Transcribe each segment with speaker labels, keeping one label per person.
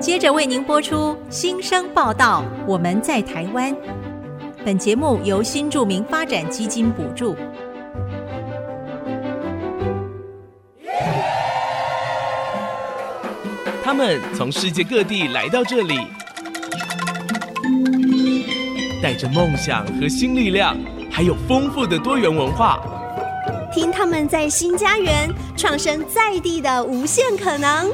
Speaker 1: 接着为您播出《新生报道》，我们在台湾。本节目由新著名发展基金补助。
Speaker 2: 他们从世界各地来到这里，带着梦想和新力量，还有丰富的多元文化。
Speaker 3: 听他们在新家园创生在地的无限可能。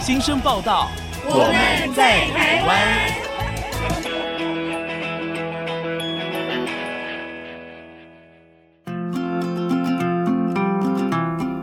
Speaker 2: 新生报道，
Speaker 4: 我们在台湾。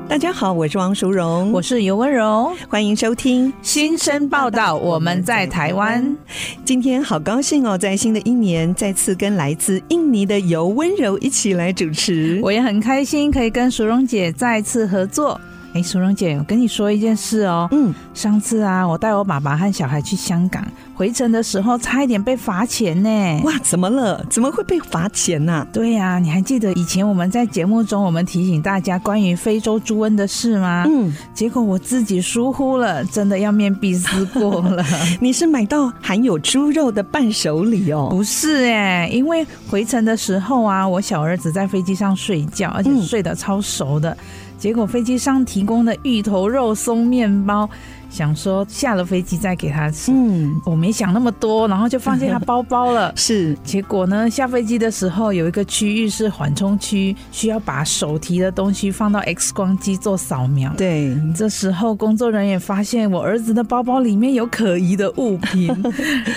Speaker 5: 大家好，我是王淑荣，
Speaker 6: 我是尤温柔，
Speaker 5: 欢迎收听《
Speaker 6: 新生报道》，我们在台湾。
Speaker 5: 今天好高兴哦，在新的一年再次跟来自印尼的尤温柔一起来主持，
Speaker 6: 我也很开心可以跟淑荣姐再次合作。哎，淑荣姐，我跟你说一件事哦。
Speaker 5: 嗯，
Speaker 6: 上次啊，我带我爸爸和小孩去香港，回程的时候差一点被罚钱呢。
Speaker 5: 哇，怎么了？怎么会被罚钱啊呢、
Speaker 6: 对呀、你还记得以前我们在节目中我们提醒大家关于非洲猪瘟的事吗？
Speaker 5: 嗯，
Speaker 6: 结果我自己疏忽了，真的要面壁思过了。
Speaker 5: 你是买到含有猪肉的伴手礼哦。
Speaker 6: 不是哎、因为回程的时候啊，我小儿子在飞机上睡觉，而且
Speaker 5: 嗯
Speaker 6: 睡得超熟的。结果飞机上提供的芋头肉松面包，想说下了飞机再给他吃，
Speaker 5: 嗯，。
Speaker 6: 我没想那么多，然后就放进他包包了
Speaker 5: 是
Speaker 6: 结果呢，下飞机的时候有一个区域是缓冲区，需要把手提的东西放到 X 光机做扫描。
Speaker 5: 对，
Speaker 6: 这时候，工作人员发现我儿子的包包里面有可疑的物 品，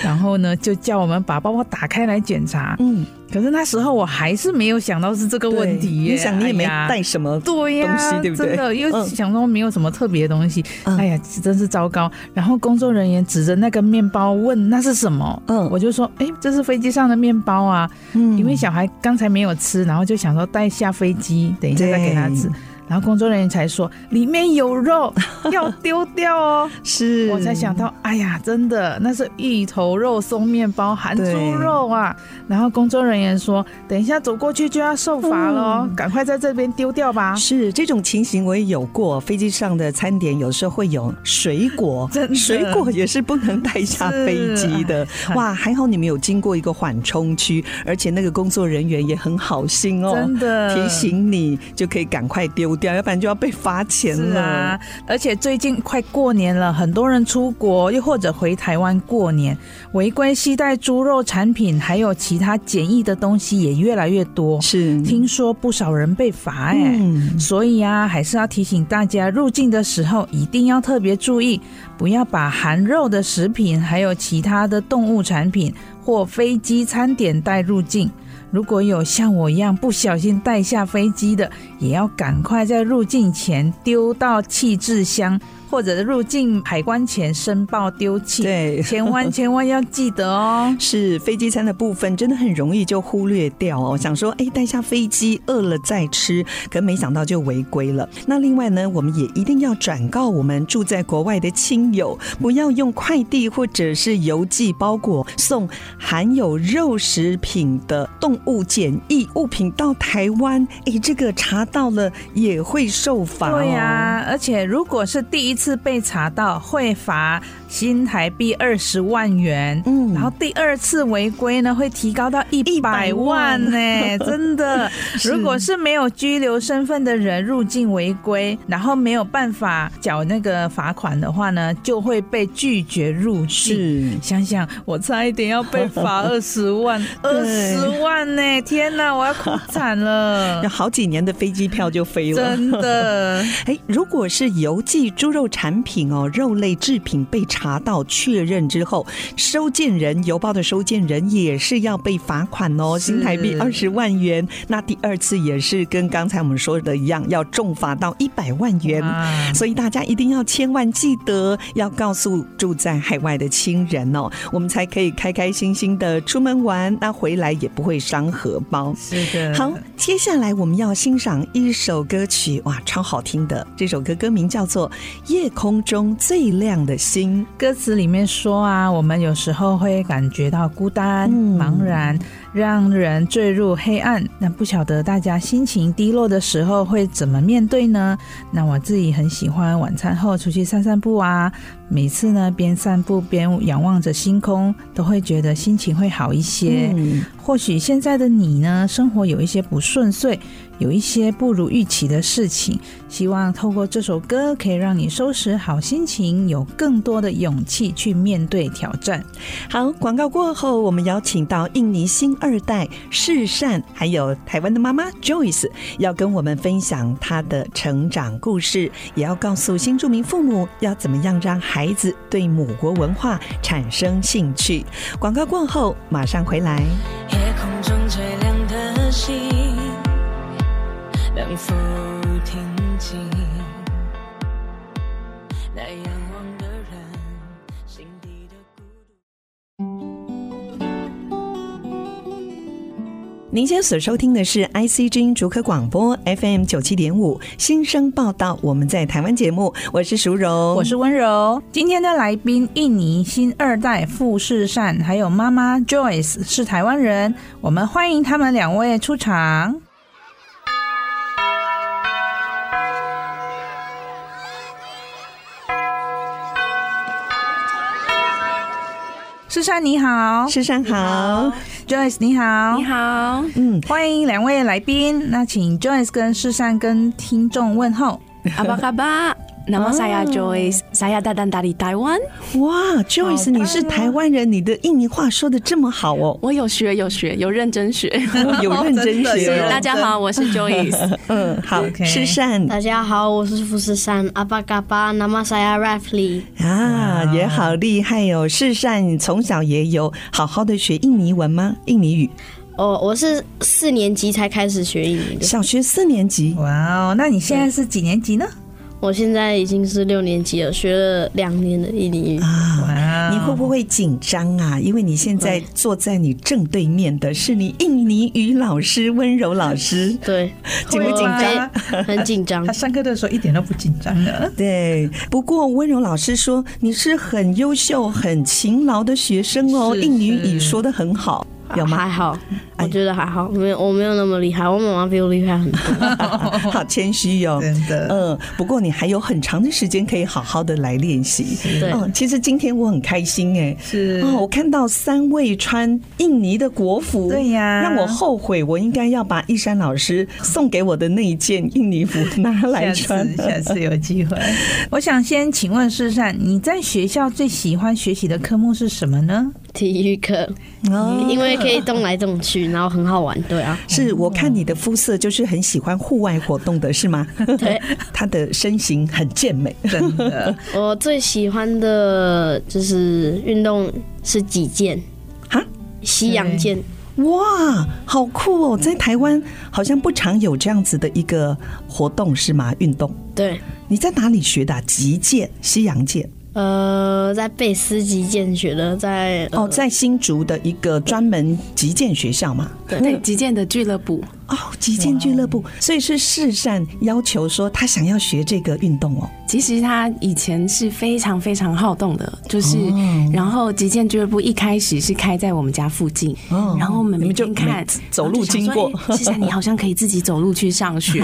Speaker 6: 然后呢，就叫我们把包包打开来检查。
Speaker 5: 嗯，
Speaker 6: 可是那时候我还是没有想到是这个问题耶
Speaker 5: 对你想你也没
Speaker 6: 哎呀
Speaker 5: 带什么，
Speaker 6: 对呀、
Speaker 5: 东西对不对
Speaker 6: 真的，因为
Speaker 5: 嗯
Speaker 6: 想说没有什么特别的东西，
Speaker 5: 嗯
Speaker 6: 哎呀，真是糟糕。然后工作人员指着那个面包问那是什么，
Speaker 5: 嗯
Speaker 6: 我就说，哎，这是飞机上的面包啊，
Speaker 5: 嗯
Speaker 6: 因为小孩刚才没有吃，然后就想说带下飞机，等一下再给他吃
Speaker 5: 嗯对。
Speaker 6: 然后工作人员才说里面 有肉，要丢掉哦。
Speaker 5: 是
Speaker 6: 我才想到，哎呀，真的那是芋头肉松面包含猪
Speaker 5: 对
Speaker 6: 肉啊。然后工作人员说，等一下走过去就要受罚喽，赶快在这边丢掉吧。
Speaker 5: 嗯是这种情形，我也有过。飞机上的餐点有时候会有水果
Speaker 6: 真，的
Speaker 5: 水果也是不能带下
Speaker 6: 是
Speaker 5: 飞机的。
Speaker 6: 哎
Speaker 5: 哇，还好你们有经过一个缓冲区，而且那个工作人员也很好心哦，
Speaker 6: 真的
Speaker 5: 提醒你就可以赶快丢掉，要不然就要被罚钱
Speaker 6: 是
Speaker 5: 了。
Speaker 6: 啊，而且最近快过年了，很多人出国又或者回台湾过年，违规携带猪肉产品还有其他检疫的东西也越来越多，
Speaker 5: 是
Speaker 6: 听说不少人被罚哎、
Speaker 5: 嗯
Speaker 6: 所以啊，还是要提醒大家，入境的时候一定要特别注意，不要把含肉的食品还有其他的动物产品或飞机餐点带入境。如果有像我一样不小心带下飞机的，也要赶快在入境前丢到弃置箱，或者入境海关前申报丢弃。，
Speaker 5: 对。。
Speaker 6: 千万千万要记得哦
Speaker 5: 是飞机餐的部分，真的很容易就忽略掉哦。想说，哎，带下飞机，饿了再吃，可没想到就违规了。那另外呢，我们也一定要转告我们住在国外的亲友，不要用快递或者是邮寄包裹送含有肉食品的动物检疫物品到台湾。哎，这个查到了也会受罚、哦。
Speaker 6: 对呀、而且如果是第一次被查到，会罚新台币二十万元。
Speaker 5: 嗯
Speaker 6: 然后第二次违规呢，会提高到一百
Speaker 5: 100
Speaker 6: 万
Speaker 5: 万
Speaker 6: 呢、 真 的。如果是没有居留身份的人入境违规，然后没有办法缴那个罚款的话呢，就会被拒绝入境。
Speaker 5: 是。
Speaker 6: 想想，我差一点要被 罚二十万，二十万呢、天哪，我要哭惨 了
Speaker 5: 有，好几年的飞机票就飞了，
Speaker 6: 真 的。
Speaker 5: 哎，如果是邮寄猪肉产品哦，肉类制品被查到确认之后，收件人邮报的收件人也是要被罚款哦，新台币二十万元。那第二次也是跟刚才我们说的一样，要重罚到一百万元。
Speaker 6: 哇
Speaker 5: 所以大家一定要千万记得要告诉住在海外的亲人哦，我们才可以开开心心的出门玩，那回来也不会伤荷包。
Speaker 6: 是的，
Speaker 5: 好，接下来我们要欣赏一首歌曲，哇，超好听的！这首歌歌名叫做《夜空中最亮的星
Speaker 6: 歌词里面说啊，我们有时候会感觉到孤单、
Speaker 5: 嗯
Speaker 6: 茫然，让人坠入黑暗。那不晓得大家心情低落的时候会怎么面对呢？那我自己很喜欢晚餐后出去散散步啊，每次呢边散步边仰望着星空，都会觉得心情会好一些。
Speaker 5: 嗯
Speaker 6: 或许现在的你呢，生活有一些不顺遂，有一些不如预期的事情，希望透过这首歌可以让你收拾好心情，有更多的勇气去面对挑战。
Speaker 5: 好，广告过后，我们邀请到印尼新二代世善，还有台湾的妈妈 Joyce，要跟我们分享她的成长故事，也要告诉新住民父母要怎么样让孩子对母国文化产生兴趣。广告过后马上回来。
Speaker 7: 夜空中最亮的星，能否听清？那仰望的人心底的孤独。
Speaker 5: 您现在所收听的是 IC 之音竹科广播 FM 九七点五新生报道，我们在台湾节目，我是淑荣，
Speaker 6: 我是温柔，今天的来宾印尼新二代傅世善，还有妈妈 Joyce 是台湾人，我们欢迎他们两位出场。世善你好
Speaker 5: 世善好，
Speaker 6: ，Joyce 你好，
Speaker 4: 你好，
Speaker 5: 嗯，
Speaker 6: 欢迎两位来宾。那请 Joyce 跟世善跟听众问候。
Speaker 4: 阿巴 卡巴。Nama
Speaker 5: 啊
Speaker 4: saya Joyce, saya datang dari Taiwan。
Speaker 5: 哇，Joyce，你是台湾人，你的印尼话说的这么好 哦，
Speaker 4: 我有学，有学，有认 真学。
Speaker 5: 有认真
Speaker 6: 真
Speaker 5: 学
Speaker 6: 的
Speaker 5: 哦。
Speaker 4: 大家好，我是 Joyce。
Speaker 5: 嗯，好，
Speaker 6: OK
Speaker 5: 是善
Speaker 8: 大家好，我是富士山阿巴嘎巴南玛萨亚 Rafli。
Speaker 5: 啊，也好厉害哦。是善从小也有好好的学印尼文吗？印尼语，
Speaker 8: 哦，我是四年级才开始学英语的，
Speaker 5: 小学四年级。
Speaker 6: 哇哦，那你现在是几年级呢？
Speaker 8: 我现在已经是六年级了，学了两年的印尼语。
Speaker 5: 啊，
Speaker 6: 哇哦
Speaker 5: 你会不会紧张啊？因为你现在坐在你正对面的是你印尼语老师温柔老师，
Speaker 8: 对，
Speaker 5: 紧不紧张？
Speaker 8: 张？很 紧张
Speaker 6: 他。上课的时候一点都不紧张
Speaker 4: 嗯
Speaker 6: 的。
Speaker 5: 对，不过温柔老师说你是很优秀、很勤劳的学生哦，
Speaker 6: 是
Speaker 5: 印尼语
Speaker 6: 是
Speaker 5: 说的很好，有吗？
Speaker 8: 还好，
Speaker 5: 哎
Speaker 8: 我觉得还好，没有我没有那么厉害，我妈妈比我厉害很多。
Speaker 5: 好谦虚哟、
Speaker 6: 真的
Speaker 5: 嗯，
Speaker 4: 哦
Speaker 5: 不过你还有很长的时间可以好好的来练习。
Speaker 8: 对
Speaker 5: 嗯，其实今天我很开心哎、
Speaker 6: 是
Speaker 5: 哦，我看到三位穿印尼的国服，
Speaker 6: 对呀
Speaker 5: 让我后悔，我应该要把一山老师送给我的那一件印尼服 拿来穿。
Speaker 6: 次有机 会。我想先请问世善，你在学校最喜欢学习的科目是什么呢？
Speaker 8: 体育课，
Speaker 6: 嗯
Speaker 5: 哦
Speaker 8: 因为可以动来动去，然后很好玩。对啊，
Speaker 5: 是我看你的肤色就是很喜欢户外活动的，是吗？
Speaker 8: 对，
Speaker 5: 她的身形很健美，
Speaker 6: 真的
Speaker 8: 我最喜欢的就是运动是击剑，
Speaker 5: 哈，
Speaker 8: 西洋剑。
Speaker 5: 哇，好酷哦！在台湾好像不常有这样子的一个活动，是吗？运动？
Speaker 8: 对，
Speaker 5: 你在哪里学的啊、击剑，西洋剑
Speaker 8: 呃，在贝斯击剑学的，在呃
Speaker 6: 呃
Speaker 5: 哦，在新竹的一个专门击剑学校嘛。
Speaker 4: 对，击剑的俱乐部。
Speaker 5: 哦，击剑俱乐部，所以是世善要求说他想要学这个运动哦。
Speaker 4: 其实他以前是非常非常好动的，就是，
Speaker 5: 哦
Speaker 4: 然后击剑俱乐部一开始是开在我们家附近，
Speaker 5: 哦
Speaker 4: 然后我们
Speaker 5: 你
Speaker 4: 每
Speaker 5: 们就
Speaker 4: 天看
Speaker 5: 每走路经过
Speaker 4: 现在哎你好像可以自己走路去上 学，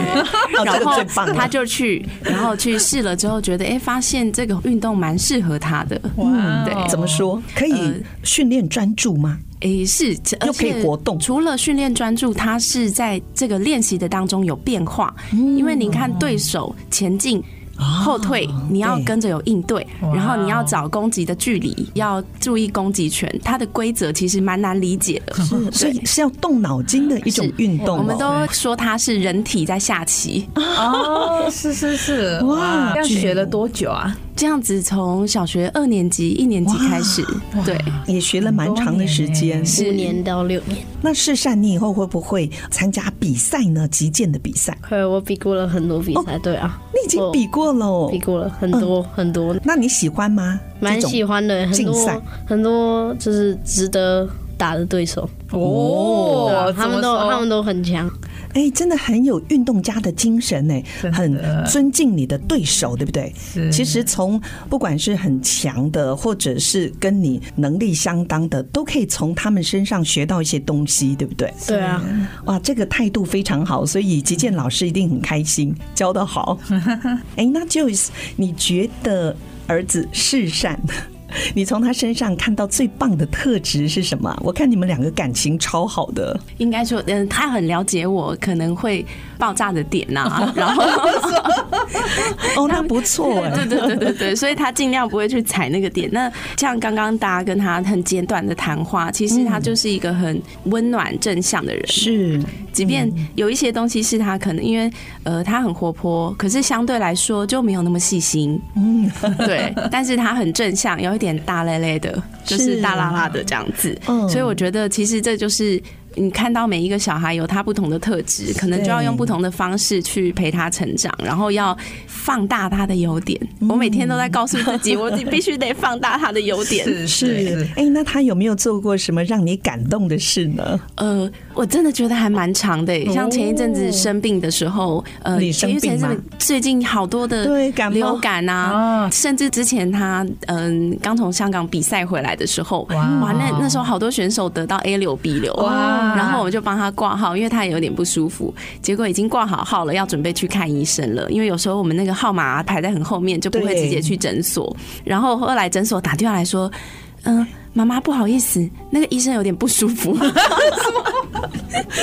Speaker 5: 这
Speaker 4: 然
Speaker 5: 个
Speaker 4: 后
Speaker 5: 最棒了
Speaker 4: 他就去，然后去试了之后觉得，哎，发现这个运动蛮适合他的，
Speaker 8: 啊
Speaker 6: 哇
Speaker 4: 嗯对，
Speaker 5: 怎么说？可以训练专注 吗？
Speaker 4: 诶，是，而
Speaker 5: 又可以
Speaker 4: 且
Speaker 5: 活动
Speaker 4: 除了训练专注，它是在这个练习的当中有变化，
Speaker 5: 嗯
Speaker 4: 因为你看对手前进。后退，你要
Speaker 5: 对
Speaker 4: 跟着有应对，
Speaker 6: 哇
Speaker 4: 然后你要找攻击的距离，要注意攻击权。它的规则其实蛮难理解的，
Speaker 5: 所以是要动脑筋的一种
Speaker 4: 是
Speaker 5: 运动、哦。
Speaker 4: 我们都说它是人体在下 棋。
Speaker 6: 哦，是是是，
Speaker 5: 哇
Speaker 6: 这样学了多久啊？
Speaker 4: 这样子从小学二年级、一年级开始，对，
Speaker 5: 也学了蛮长的时间。
Speaker 4: 是
Speaker 8: 五年到六年，
Speaker 5: 那世善，你以后会不会参加比赛呢？击剑的比赛，
Speaker 8: 快，我比过了很多比赛，对啊，
Speaker 5: 你已经比过了哦。
Speaker 8: 比过了很多很多，
Speaker 5: 那你喜欢吗？
Speaker 8: 蛮喜欢的，很
Speaker 5: 竞赛
Speaker 8: 多很多就是值得打的对手，
Speaker 5: 哦
Speaker 6: 哦
Speaker 8: 对啊他们都他们都很强，
Speaker 5: 这种哎，真的很有运动家的精神哎，
Speaker 6: 真的
Speaker 5: 很尊敬你的对手，对不对？
Speaker 6: 是
Speaker 5: 其实从不管是很强的，或者是跟你能力相当的，都可以从他们身上学到一些东西，对不对？
Speaker 8: 对啊，
Speaker 5: 哇，这个态度非常好，所以吉健老师一定很开心，教得 好。哎，那 Joyce，你觉得儿子世善， 你从他身上看到最棒的特质是什么？我看你们两个感情超好的，
Speaker 4: 应该说，嗯，他很了解我可能会爆炸的点 呐、然后
Speaker 5: 哦，那不错
Speaker 4: 对
Speaker 5: 哎。
Speaker 4: 对对对对，所以他尽量不会去踩那个点。那像刚刚大家跟他很简短的谈话，其实他就是一个很温暖正向的人，
Speaker 5: 是，
Speaker 4: 即便有一些东西是他可能因为呃他很活泼，可是相对来说就没有那么细心，
Speaker 5: 嗯，
Speaker 4: 对，但是他很正向，有一点大咧咧的，就是
Speaker 5: 是
Speaker 4: 大啦啦的这样子。
Speaker 5: 嗯
Speaker 4: 所以我觉得其实这就是。你看到每一个小孩有他不同的特质，可能就要用不同的方式去陪他成长，然后要放大他的优点。我每天都在告诉自己，我必须得放大他的优点。
Speaker 6: 是
Speaker 5: 是，哎，那他有没有做过什么让你感动的事呢？
Speaker 4: 呃，我真的觉得还蛮长的耶、像前一阵子生病的时候，呃，
Speaker 5: 哦你生
Speaker 4: 因为前一阵
Speaker 5: 病
Speaker 4: 子最近好多的
Speaker 5: 对感冒
Speaker 4: 流感啊，
Speaker 6: 啊
Speaker 4: 甚至之前他嗯刚从香港比赛回来的时候，
Speaker 6: 哇
Speaker 4: 哇，那那时候好多选手得到 A 流 B 流，
Speaker 6: 哇
Speaker 4: 然后我就帮他挂号，因为他也有点不舒服，结果已经挂好号了，要准备去看医生了，因为有时候我们那个号码排在很后面，就不会
Speaker 5: 对
Speaker 4: 直接去诊所，然后后来诊所打电话来说，嗯、妈妈，不好意思，那个医生有点不舒服。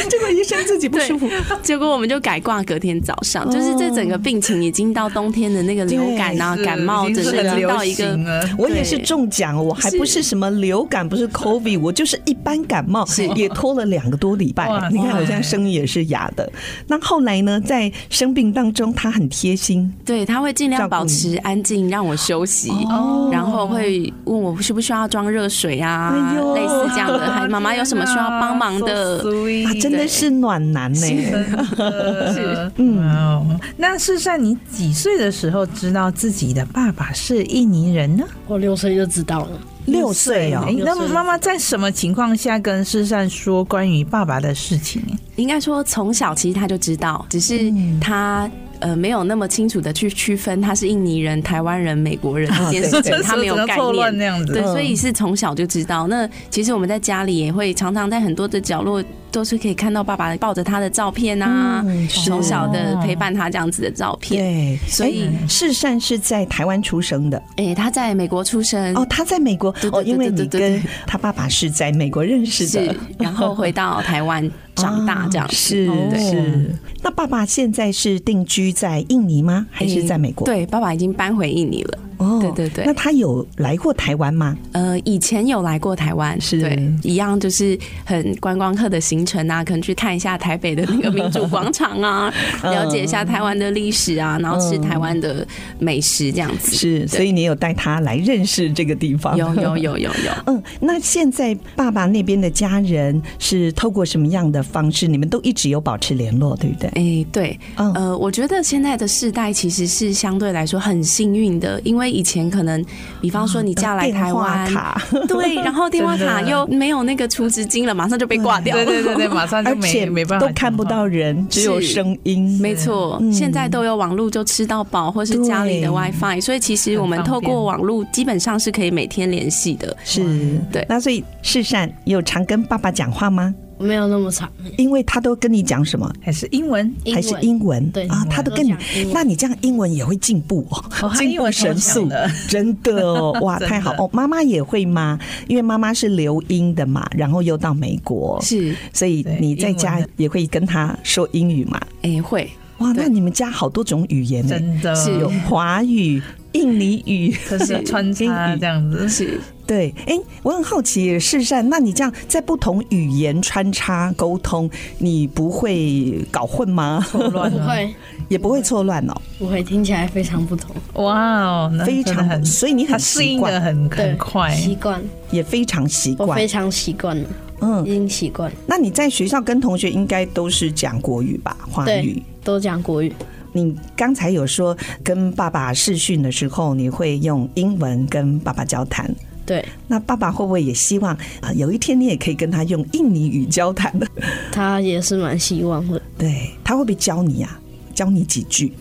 Speaker 5: 这个医生自己不
Speaker 4: 对
Speaker 5: 舒服，
Speaker 4: 结果我们就改挂隔天早上，
Speaker 6: 哦
Speaker 4: 就是这整个病情已经到冬天的那个流感啊、
Speaker 6: 是
Speaker 4: 感冒，
Speaker 6: 已
Speaker 4: 整
Speaker 6: 经
Speaker 4: 个
Speaker 6: 是
Speaker 4: 已经
Speaker 6: 流
Speaker 4: 到一个
Speaker 6: 行。了
Speaker 5: 我也是中奖，我还不
Speaker 4: 是
Speaker 5: 是什么流感，不是 COVID，我就是一般感冒
Speaker 4: 是，
Speaker 5: 也拖了两个多礼拜
Speaker 6: 哇。
Speaker 5: 你看我现在
Speaker 6: 塞
Speaker 5: 声音也是哑的。那后来呢，在生病当中，他很贴心，
Speaker 4: 对，他会尽量保持安静，让我休息，
Speaker 6: 哦
Speaker 4: 然后会问我需不需要装热水啊
Speaker 5: 哎，呦
Speaker 4: 类似这样的。还妈 妈有什么需要帮忙
Speaker 6: 天
Speaker 4: 的？
Speaker 6: 哪
Speaker 5: 啊
Speaker 6: ，so sweet 啊
Speaker 5: 真的是暖男呢、
Speaker 6: 是，嗯，那事实上你几岁的时候知道自己的爸爸是印尼人呢？
Speaker 8: 我六岁就知道了。
Speaker 5: 六岁哦
Speaker 6: 哎，那妈妈在什么情况下跟世善说关于爸爸的事情？
Speaker 4: 应该说从小其实他就知道，只是
Speaker 6: 嗯
Speaker 4: 他。呃，没有那么清楚的去区分他是印尼人、台湾人、美国人这件
Speaker 6: 哦
Speaker 4: 事情，他没有概
Speaker 6: 错
Speaker 4: 念
Speaker 6: 乱那。样
Speaker 5: 嗯
Speaker 6: 子，
Speaker 4: 对，所以是从小就知道。那其实我们在家里也会常常在很多的角落都是可以看到爸爸抱着他的照片啊，
Speaker 5: 嗯
Speaker 4: 从小的陪伴他这样子的照片。
Speaker 5: 对，
Speaker 4: 所以
Speaker 5: 哎世善是在台湾出生的
Speaker 4: 诶，他在美国出生
Speaker 5: 哦，他在美国
Speaker 4: 对对
Speaker 5: 哦，因为
Speaker 4: 对
Speaker 5: 你
Speaker 4: 对对
Speaker 5: 跟他爸爸是在美国认识的
Speaker 4: 是，，然后回到台湾长大这样
Speaker 5: 啊
Speaker 4: 子。哦
Speaker 5: 是
Speaker 4: 对。
Speaker 5: 是。那爸爸现在是定居在印尼吗？还是在美国？
Speaker 4: 对，爸爸已经搬回印尼了。
Speaker 5: 哦
Speaker 4: 对对对
Speaker 5: 那他有来过台湾吗？
Speaker 4: 呃，以前有来过台湾，
Speaker 5: 是
Speaker 4: 对，一样就是很观光客的行程啊，可能去看一下台北的那个民主广 场啊，
Speaker 6: 嗯
Speaker 4: 了解一下台湾的历史啊，然后吃台湾的美食这样子。
Speaker 5: 是，所以你有带他来认识这个地
Speaker 6: 啊
Speaker 5: 方。
Speaker 4: 有有。有有 有，
Speaker 5: 嗯，那现在爸爸那边的家人是透过什么样的方式？你们都一直有保持联络，对不对？
Speaker 4: 哎、对，
Speaker 5: 嗯
Speaker 4: 呃，我觉得现在的世代其实是相对来说很幸运的，因为以前可能，比方说你
Speaker 6: 啊
Speaker 4: 嫁来
Speaker 5: 电
Speaker 4: 台
Speaker 5: 话
Speaker 4: 湾，
Speaker 5: 卡，
Speaker 4: 对，然后电话卡
Speaker 6: 真的
Speaker 4: 又没有那个储值金了，马上就被挂掉了。
Speaker 6: 对对对对，马上 就
Speaker 5: 而且
Speaker 6: 没没办法
Speaker 5: 都看不到人，只有
Speaker 4: 是
Speaker 5: 声音。
Speaker 4: 没错，
Speaker 5: 嗯
Speaker 4: 现在都有网络就吃到饱，或是
Speaker 5: 对
Speaker 4: 家里的 WiFi，所以其实我们
Speaker 6: 很方
Speaker 4: 透
Speaker 6: 便
Speaker 4: 过网络基本上是可以每天联系的。
Speaker 5: 是，
Speaker 4: 对
Speaker 5: 那所以世善有常跟爸爸讲话吗？
Speaker 8: 没有那么长，
Speaker 5: 因为他都跟你讲什么？
Speaker 6: 还是英文，
Speaker 8: 英
Speaker 5: 还
Speaker 8: 文
Speaker 5: 是英文？
Speaker 8: 对
Speaker 5: 啊，他都跟你
Speaker 8: 都讲英，文
Speaker 5: 那你这样英文也会进步
Speaker 6: 哦
Speaker 5: 哦，
Speaker 6: 他
Speaker 5: 进
Speaker 6: 英
Speaker 5: 步
Speaker 6: 文
Speaker 5: 神
Speaker 6: 超强
Speaker 5: 速
Speaker 6: 的，
Speaker 5: 真的哦，哇，
Speaker 6: 真的
Speaker 5: 太好哦！妈妈也会吗？因为妈妈是留英的嘛，然后又到美国，
Speaker 4: 是，
Speaker 5: 所以
Speaker 6: 对
Speaker 5: 你在
Speaker 6: 英
Speaker 5: 家
Speaker 6: 文
Speaker 5: 也会跟他说英语嘛？
Speaker 4: 哎、会，
Speaker 5: 哇，
Speaker 4: 对
Speaker 5: 那你们家好多种语言呢，欸
Speaker 6: 真的
Speaker 4: 是
Speaker 5: 有华语、印尼语，
Speaker 6: 真的穿插这样子，
Speaker 4: 是，
Speaker 5: 对，哎，我很好奇，世善，那你这样在不同语言穿插沟通，你不会搞混吗？
Speaker 6: 错乱
Speaker 8: 不
Speaker 6: 了，
Speaker 8: 会
Speaker 5: 也不会错乱哦，
Speaker 8: 不会，听起来非常不同，
Speaker 6: 哇哦，那
Speaker 5: 非
Speaker 6: 真的
Speaker 5: 常，
Speaker 6: 很，
Speaker 5: 所以你
Speaker 6: 他
Speaker 5: 很
Speaker 6: 适
Speaker 5: 习
Speaker 6: 应的
Speaker 5: 惯，
Speaker 6: 很
Speaker 8: 对
Speaker 6: 很快，
Speaker 8: 习惯，
Speaker 5: 也非常习
Speaker 8: 我非
Speaker 5: 惯。
Speaker 8: 常习惯了，已
Speaker 5: 嗯，
Speaker 8: 经习惯，
Speaker 5: 那你在学校跟同学应该都是讲国语吧？华语
Speaker 8: 对。，都讲国语，
Speaker 5: 你刚才有说跟爸爸视讯的时候，你会用英文跟爸爸交谈，
Speaker 8: 对
Speaker 5: 那爸爸会不会也希望啊，有一天你也可以跟他用印尼语交谈的？
Speaker 8: 他也是蛮希望的，
Speaker 5: 对他会不会教你啊？教你几 句？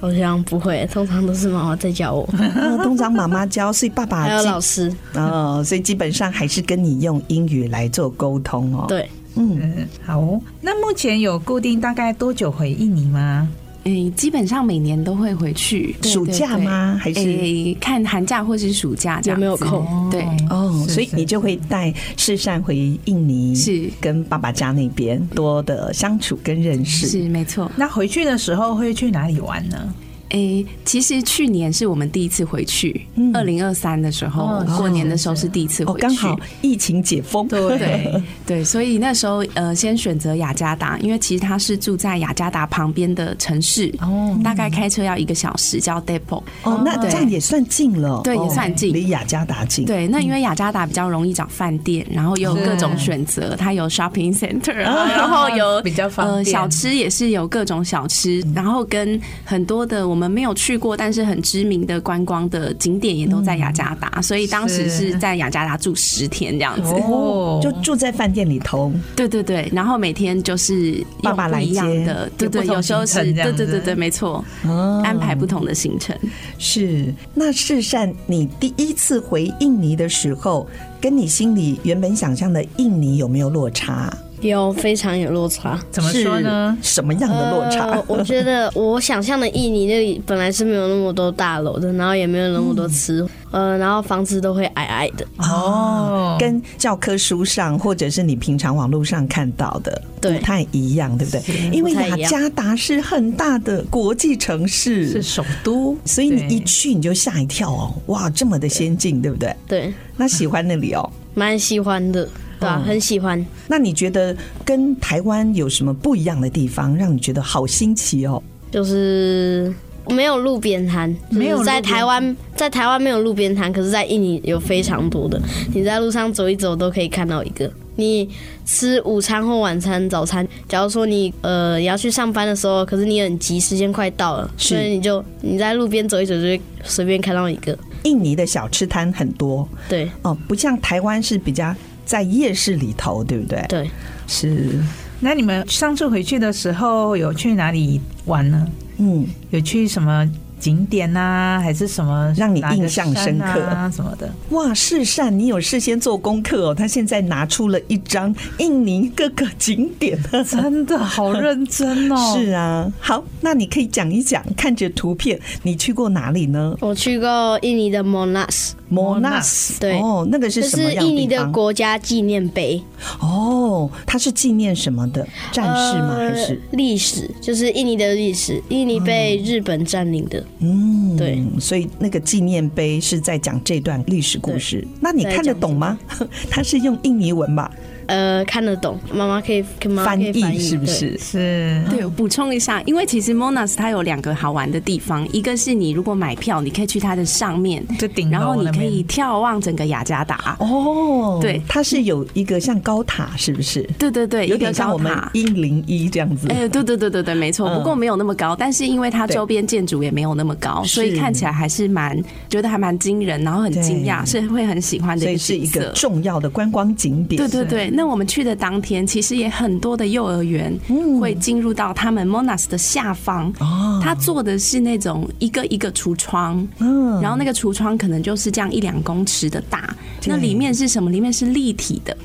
Speaker 8: 好像不会，通常都是妈妈在教 我，
Speaker 5: 那啊通常妈妈教，所以爸爸
Speaker 8: 还有
Speaker 5: 基
Speaker 8: 老师。
Speaker 5: 哦，所以基本上还是跟你用英语来做沟通哦。，
Speaker 8: 对，
Speaker 5: 嗯，
Speaker 6: 嗯，好哦、那目前有固定大概多久回印尼吗？
Speaker 4: 诶，基本上每年都会回去，对
Speaker 5: 暑假？吗？还
Speaker 4: 对对
Speaker 5: 是？
Speaker 4: 诶，看寒假或是暑假这
Speaker 8: 有
Speaker 4: 样
Speaker 8: 没有
Speaker 4: 子
Speaker 8: 空
Speaker 4: 对，
Speaker 5: 哦，
Speaker 6: 是
Speaker 5: 所以
Speaker 6: 是
Speaker 5: 你就会带世善回印尼，
Speaker 4: 是
Speaker 5: 跟爸爸家那边多的相处跟认识。
Speaker 4: 是没错。
Speaker 6: 那回去的时候会去哪里玩呢？
Speaker 4: 诶，其实去年是我们第一次回去
Speaker 5: 嗯，
Speaker 4: 二零二三的时候
Speaker 6: 哦，
Speaker 4: 过年的
Speaker 6: 是是
Speaker 4: 时候是第一次
Speaker 5: 哦，
Speaker 4: 回
Speaker 5: 刚
Speaker 4: 去
Speaker 5: 好。疫情解封，
Speaker 6: 对
Speaker 4: 对 对，所以那时候呃，先选择雅加达，因为其实他是住在雅加达旁边的城市，
Speaker 6: 哦
Speaker 4: 大概开车要一个小时，叫 Depot。
Speaker 5: 哦，那这样也算近了，
Speaker 4: 对
Speaker 5: 哦
Speaker 4: 也算近
Speaker 5: 离雅加达近。，
Speaker 4: 对，那因为雅加达比较容易找饭店，然后有
Speaker 6: 是
Speaker 4: 各种选择，它有 shopping center，啊 然后有
Speaker 6: 比较方便
Speaker 4: 呃小吃也是有各种小吃，
Speaker 6: 嗯
Speaker 4: 然后跟很多的我们没有去过但是很知名的观光的景点也都在雅加达，所以当时
Speaker 6: 嗯是
Speaker 4: 是在雅加达住十天这样子。
Speaker 6: 哦
Speaker 5: 就住在饭店里头。
Speaker 4: 对对对，然后每天就是
Speaker 5: 爸爸
Speaker 4: 用不一样
Speaker 5: 来接
Speaker 4: 的，对
Speaker 6: 有
Speaker 4: 对，
Speaker 6: 不同
Speaker 4: 有时候
Speaker 6: 行
Speaker 4: 是
Speaker 6: 程这样
Speaker 4: 对
Speaker 6: 子
Speaker 4: 对对对，没错，
Speaker 5: 哦
Speaker 4: 安排不同的行程。
Speaker 5: 是，那世善，你第一次回印尼的时候，跟你心里原本想象的印尼有没有落差？
Speaker 8: 有非常有落差。
Speaker 6: 怎么说呢？
Speaker 5: 是什么样的落差？
Speaker 8: 呃我觉得我想象的印尼那里本来是没有那么多大楼的，然后也没有那么
Speaker 5: 嗯
Speaker 8: 多吃，呃，然后房子都会矮矮的，
Speaker 6: 哦，
Speaker 5: 跟教科书上或者是你平常网络上看到的
Speaker 8: 对
Speaker 5: 不太一样，对不对？因为
Speaker 8: 不太一
Speaker 5: 雅
Speaker 8: 样
Speaker 5: 加达是很大的国际城
Speaker 6: 是
Speaker 5: 市，
Speaker 6: 首都，
Speaker 5: 所以你一
Speaker 6: 对
Speaker 5: 去你就吓一跳哦，哇，这么的先进，对不对？
Speaker 8: 对，
Speaker 5: 那喜欢那里哦。
Speaker 8: 蛮喜欢的，对、啊，很喜欢。
Speaker 5: 那你觉得跟台湾有什么不一样的地方，让你觉得好新奇哦？
Speaker 8: 就是没有路边摊，就是
Speaker 6: 没有路边
Speaker 8: 在台湾，在台湾没有路边摊，可是，在印尼有非常多的。你在路上走一走都可以看到一个。你吃午餐或晚餐、早餐，假如说你呃也要去上班的时候，可是你很急，时间快到了，
Speaker 5: 是
Speaker 8: 所以你就你在路边走一走，就会随便看到一个。
Speaker 5: 印尼的小吃摊很多
Speaker 8: 对
Speaker 5: 哦，不像台湾是比较在夜市里头，对不对？
Speaker 8: 对，
Speaker 5: 是，
Speaker 6: 那你们上次回去的时候有去哪里玩呢？
Speaker 5: 嗯，
Speaker 6: 有去什么景点啊，还是什么
Speaker 5: 让你
Speaker 6: 哪个
Speaker 5: 印象深刻
Speaker 6: 山啊什么的？
Speaker 5: 哇，世善，你有事先做功课哦。他现在拿出了一张印尼各个景点，
Speaker 6: 真的好认真哦！
Speaker 5: 是啊。好，那你可以讲一讲，看着图片，你去过哪里呢？
Speaker 8: 我去过印尼的 Monas，
Speaker 5: 莫
Speaker 6: Monas
Speaker 5: 纳斯，
Speaker 8: 对
Speaker 5: 哦，那个是
Speaker 8: 这
Speaker 5: 什么
Speaker 8: 是
Speaker 5: 样
Speaker 8: 印尼
Speaker 5: 地
Speaker 8: 的
Speaker 5: 方？
Speaker 8: 国家纪念碑。
Speaker 5: 哦，它是纪念什么的战士吗？还嗯是哦
Speaker 8: 呃历史？就是印尼的历史，印尼被日本占领的。
Speaker 5: 嗯，
Speaker 8: 对，
Speaker 5: 所以那个纪念碑是在讲这段历史故事。那你看得懂吗？ 它是用印尼文吧
Speaker 8: 呃，看得懂，妈妈可以跟妈妈可以翻
Speaker 5: 译，是不？是？
Speaker 6: 是
Speaker 4: 对，我补充一下，因为其实 Monas 它有两个好玩的地方，一个是你如果买票，你可以去它的上面，
Speaker 6: 就顶楼
Speaker 4: 然
Speaker 6: 那边
Speaker 4: 后你可以眺望整个雅加达。
Speaker 5: 哦，
Speaker 4: 对
Speaker 5: 它是有一个像高塔，是不是？
Speaker 4: 对对对，
Speaker 5: 有
Speaker 4: 一
Speaker 5: 点
Speaker 4: 个
Speaker 5: 像我
Speaker 4: 高
Speaker 5: 们
Speaker 4: 塔。
Speaker 5: 一零一这样子。
Speaker 4: 哎，对对对对对，没错。
Speaker 5: 嗯
Speaker 4: 不过没有那么高，但是因为它周边建筑也没有那么高，
Speaker 5: 是
Speaker 4: 所以看起来还是蛮觉得还蛮惊人，然后很惊讶，是会很喜欢的
Speaker 5: 所以
Speaker 4: 个
Speaker 5: 是一
Speaker 4: 景
Speaker 5: 个
Speaker 4: 色。
Speaker 5: 重要的观光景点。
Speaker 4: 对对对，那我们去的当天，其实也很多的幼儿园会进入到他们 Monas 的下方。
Speaker 5: 嗯哦，
Speaker 4: 他做的是那种一个一个橱窗，
Speaker 5: 嗯
Speaker 4: 然后那个橱窗可能就是这样一两公尺的大，
Speaker 5: 对嗯
Speaker 4: 那里面是什么？里面是立体的。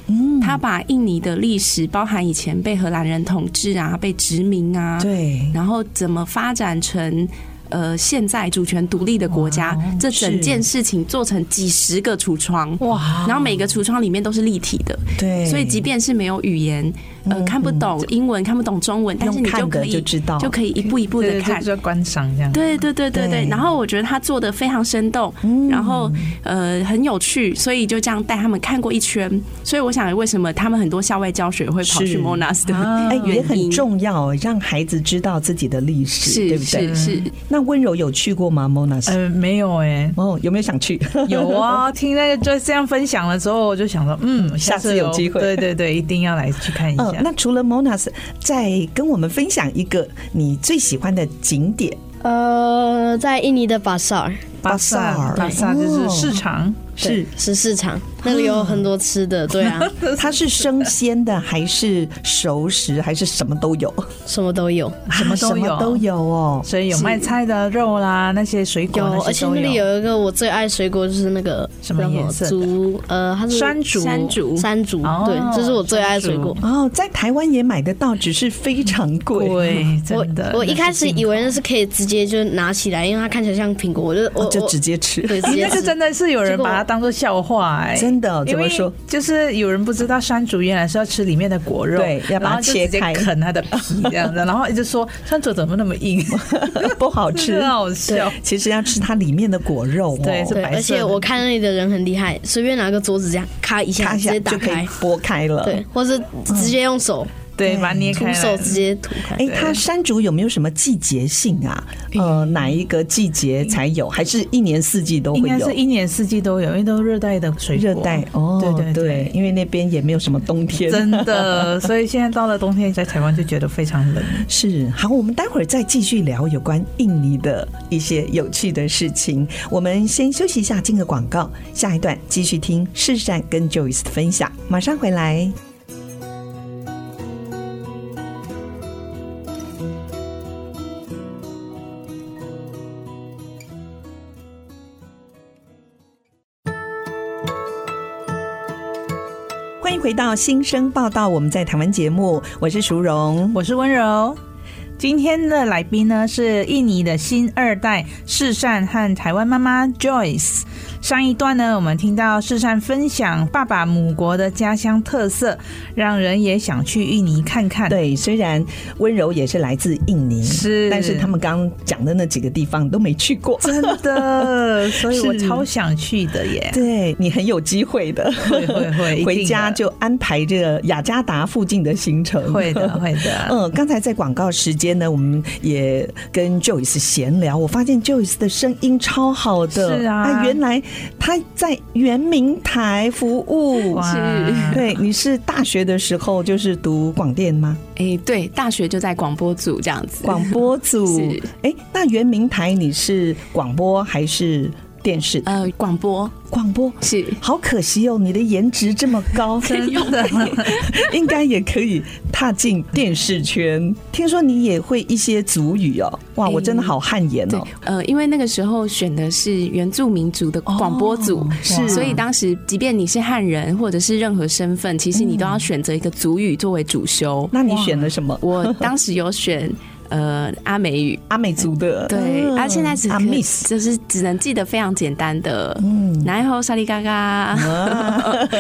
Speaker 4: 他把印尼的历史，包含以前被荷兰人统治啊，被殖民啊，
Speaker 5: 对，
Speaker 4: 然后怎么发展成。呃，现在主权独立的国
Speaker 5: 哦
Speaker 4: 家，这整件事情做成几十个橱窗，哇！然后每个橱窗里面都是立体的，
Speaker 5: 对
Speaker 4: 所以即便是没有语言，呃，看不懂英文，看不懂中文，但是你
Speaker 5: 嗯用看
Speaker 4: 就
Speaker 5: 的
Speaker 4: 可以
Speaker 5: 就知道
Speaker 4: 就可以一步一步
Speaker 6: 对
Speaker 4: 的
Speaker 6: 对，
Speaker 4: 看
Speaker 6: 就，是观赏这样。
Speaker 4: 对对对对对
Speaker 5: 对，嗯
Speaker 4: 然后我觉得他做的非常生动，然后呃很有趣，所以就这样带他们看过一圈。所以我想，为什么他们很多校外教学会跑
Speaker 5: 是
Speaker 4: 去 Monas 的？
Speaker 5: 哎，也
Speaker 4: 嗯原
Speaker 5: 很
Speaker 4: 因
Speaker 5: 重要，让孩子知道自己的历史，对
Speaker 4: 是
Speaker 5: 不对？
Speaker 4: 是是，
Speaker 5: 那温柔有去过吗，Monas？
Speaker 6: 呃，没有哎、
Speaker 5: 哦，有没有想去？
Speaker 6: 有啊，听那个就这样分享了之后，我就想说，嗯，
Speaker 5: 下次
Speaker 6: 次
Speaker 5: 有机会
Speaker 6: 对对对，一定要来去看一下。
Speaker 5: 嗯，那除了 Monas，再跟我们分享一个你最喜欢的景点。
Speaker 8: 呃，在印尼的巴萨尔，
Speaker 6: 巴萨，
Speaker 5: 巴
Speaker 6: 巴
Speaker 5: 萨
Speaker 6: 萨
Speaker 5: 对
Speaker 6: 就是市场，
Speaker 5: 是
Speaker 8: 是市场，那里有很多吃的，对 啊，
Speaker 5: 它是生鲜的还是熟食还是什么都有？
Speaker 8: 什么都有。
Speaker 6: 什么
Speaker 5: 啊
Speaker 6: 都
Speaker 5: 什
Speaker 6: 有
Speaker 5: 么都有哦。
Speaker 6: 所以有卖菜的肉啦，那些水果
Speaker 8: 有，
Speaker 6: 那
Speaker 8: 而
Speaker 6: 些
Speaker 8: 且
Speaker 6: 都
Speaker 8: 那里
Speaker 6: 有。
Speaker 8: 有一个我最爱水果，就是那个
Speaker 6: 什么
Speaker 8: 叫
Speaker 6: 颜色的
Speaker 8: 竹，呃，它是
Speaker 6: 山竹
Speaker 4: 山竹
Speaker 8: 山竹，
Speaker 6: 哦
Speaker 8: 对，这是我最爱的水
Speaker 6: 山
Speaker 8: 果。
Speaker 5: 哦，在台湾也买得到，只是非常贵。
Speaker 6: 对，
Speaker 8: 我
Speaker 6: 真的。
Speaker 8: 我一开始以为那是可以直接就拿起来，因为它看起来像苹果，我就我
Speaker 5: 哦， 就
Speaker 8: 我
Speaker 5: 直接吃。
Speaker 8: 对直
Speaker 6: 哎
Speaker 8: 接
Speaker 6: 那个
Speaker 8: 吃。
Speaker 6: 真的是有人
Speaker 8: 结果
Speaker 6: 把它当做笑话哎、
Speaker 5: 真的
Speaker 6: 因
Speaker 5: 怎
Speaker 6: 为
Speaker 5: 么说？
Speaker 6: 就是有人不知道山竹原来是要吃里面的果肉，
Speaker 5: 对要把它
Speaker 6: 然后就
Speaker 5: 切
Speaker 6: 直接
Speaker 5: 开
Speaker 6: 啃它的皮这样子，然后一直说山竹怎么那么硬，
Speaker 5: 不好 吃
Speaker 6: 真的好笑。
Speaker 5: 其实要吃它里面的果肉哦，
Speaker 6: 对是
Speaker 8: 对，
Speaker 6: 白色的
Speaker 8: 而且我看那里的人很厉害，随便拿个桌子这样咔一下
Speaker 5: 咔一
Speaker 8: 直
Speaker 5: 下
Speaker 8: 接打
Speaker 5: 就可以
Speaker 8: 开，
Speaker 5: 剥开了。
Speaker 8: 对，，或是直接用手
Speaker 6: 对，把它捏
Speaker 8: 徒
Speaker 6: 开
Speaker 8: 手
Speaker 6: 来。
Speaker 8: 直接涂开
Speaker 5: 哎，。它山竹有没有什么季节性啊？
Speaker 6: 嗯
Speaker 5: 呃，哪一个季节才有？还是一年四季都
Speaker 6: 应
Speaker 5: 会
Speaker 6: 该是
Speaker 5: 有？
Speaker 6: 一年四季都有，因为都是热带的水果。
Speaker 5: 热带哦，
Speaker 6: 对对
Speaker 5: 对，因为那边也没有什么冬 天。
Speaker 6: 真的，所以现在到了冬天，在台湾就觉得非常冷。
Speaker 5: 是好，我们待会儿再继续聊有关印尼的一些有趣的事情。我们先休息一下，进个广告，下一段继续听世善跟 Joyce 的分享，马上回来。欢迎回到新生报道，我们在台湾节目，我是淑荣，
Speaker 6: 我是温柔。今天的来宾呢是印尼的新二代世善和台湾妈妈 Joyce。上一段呢，我们听到世善分享爸爸母国的家乡特色，让人也想去印尼看看。，
Speaker 5: 对，虽然温柔也是来自印尼，
Speaker 6: 是
Speaker 5: 但是他们刚刚讲的那几个地方都没去过。
Speaker 6: 真 的，所以我
Speaker 5: 是
Speaker 6: 超想去的耶。
Speaker 5: 对你很有机会的，
Speaker 6: 会 会会一定的
Speaker 5: 回家就安排这个雅加达附近的行程。
Speaker 6: 会 的，会的。
Speaker 5: 嗯，刚才在广告时间呢，我们也跟 Joyce 闲聊，我发现 Joyce 的声音超好的，
Speaker 6: 是啊
Speaker 5: 原来她在圆明台服务。
Speaker 6: 哇，
Speaker 5: 对，你是大学的时候就是读广电吗？
Speaker 4: 哎，对，大学就在广播组这样子。
Speaker 5: 广播组
Speaker 4: 是。
Speaker 5: 哎，那圆明台你是广播还是电视？
Speaker 4: 呃，广播
Speaker 5: 广播。
Speaker 4: 是
Speaker 5: 好可惜哦，你的颜值这么 高，
Speaker 6: 真的
Speaker 5: 应该也可以踏进电视圈。听说你也会一些族语哦，哇，我真的好汗颜
Speaker 4: 哎对
Speaker 5: 哦。，
Speaker 4: 呃，因为那个时候选的是原住民族的广播组，
Speaker 5: 是
Speaker 4: 所以当时即便你是汉人或者是任何身份，其实你都要选择一个族语作为主修。
Speaker 5: 那你选了什么？
Speaker 4: 我当时有选呃阿美语，
Speaker 5: 阿美族的，
Speaker 4: 对，
Speaker 5: 嗯
Speaker 4: 啊，现在只
Speaker 5: 阿
Speaker 4: 可
Speaker 5: miss。
Speaker 4: 就是只能记得非常简单的，嗯，然后沙利嘎嘎，
Speaker 5: 啊，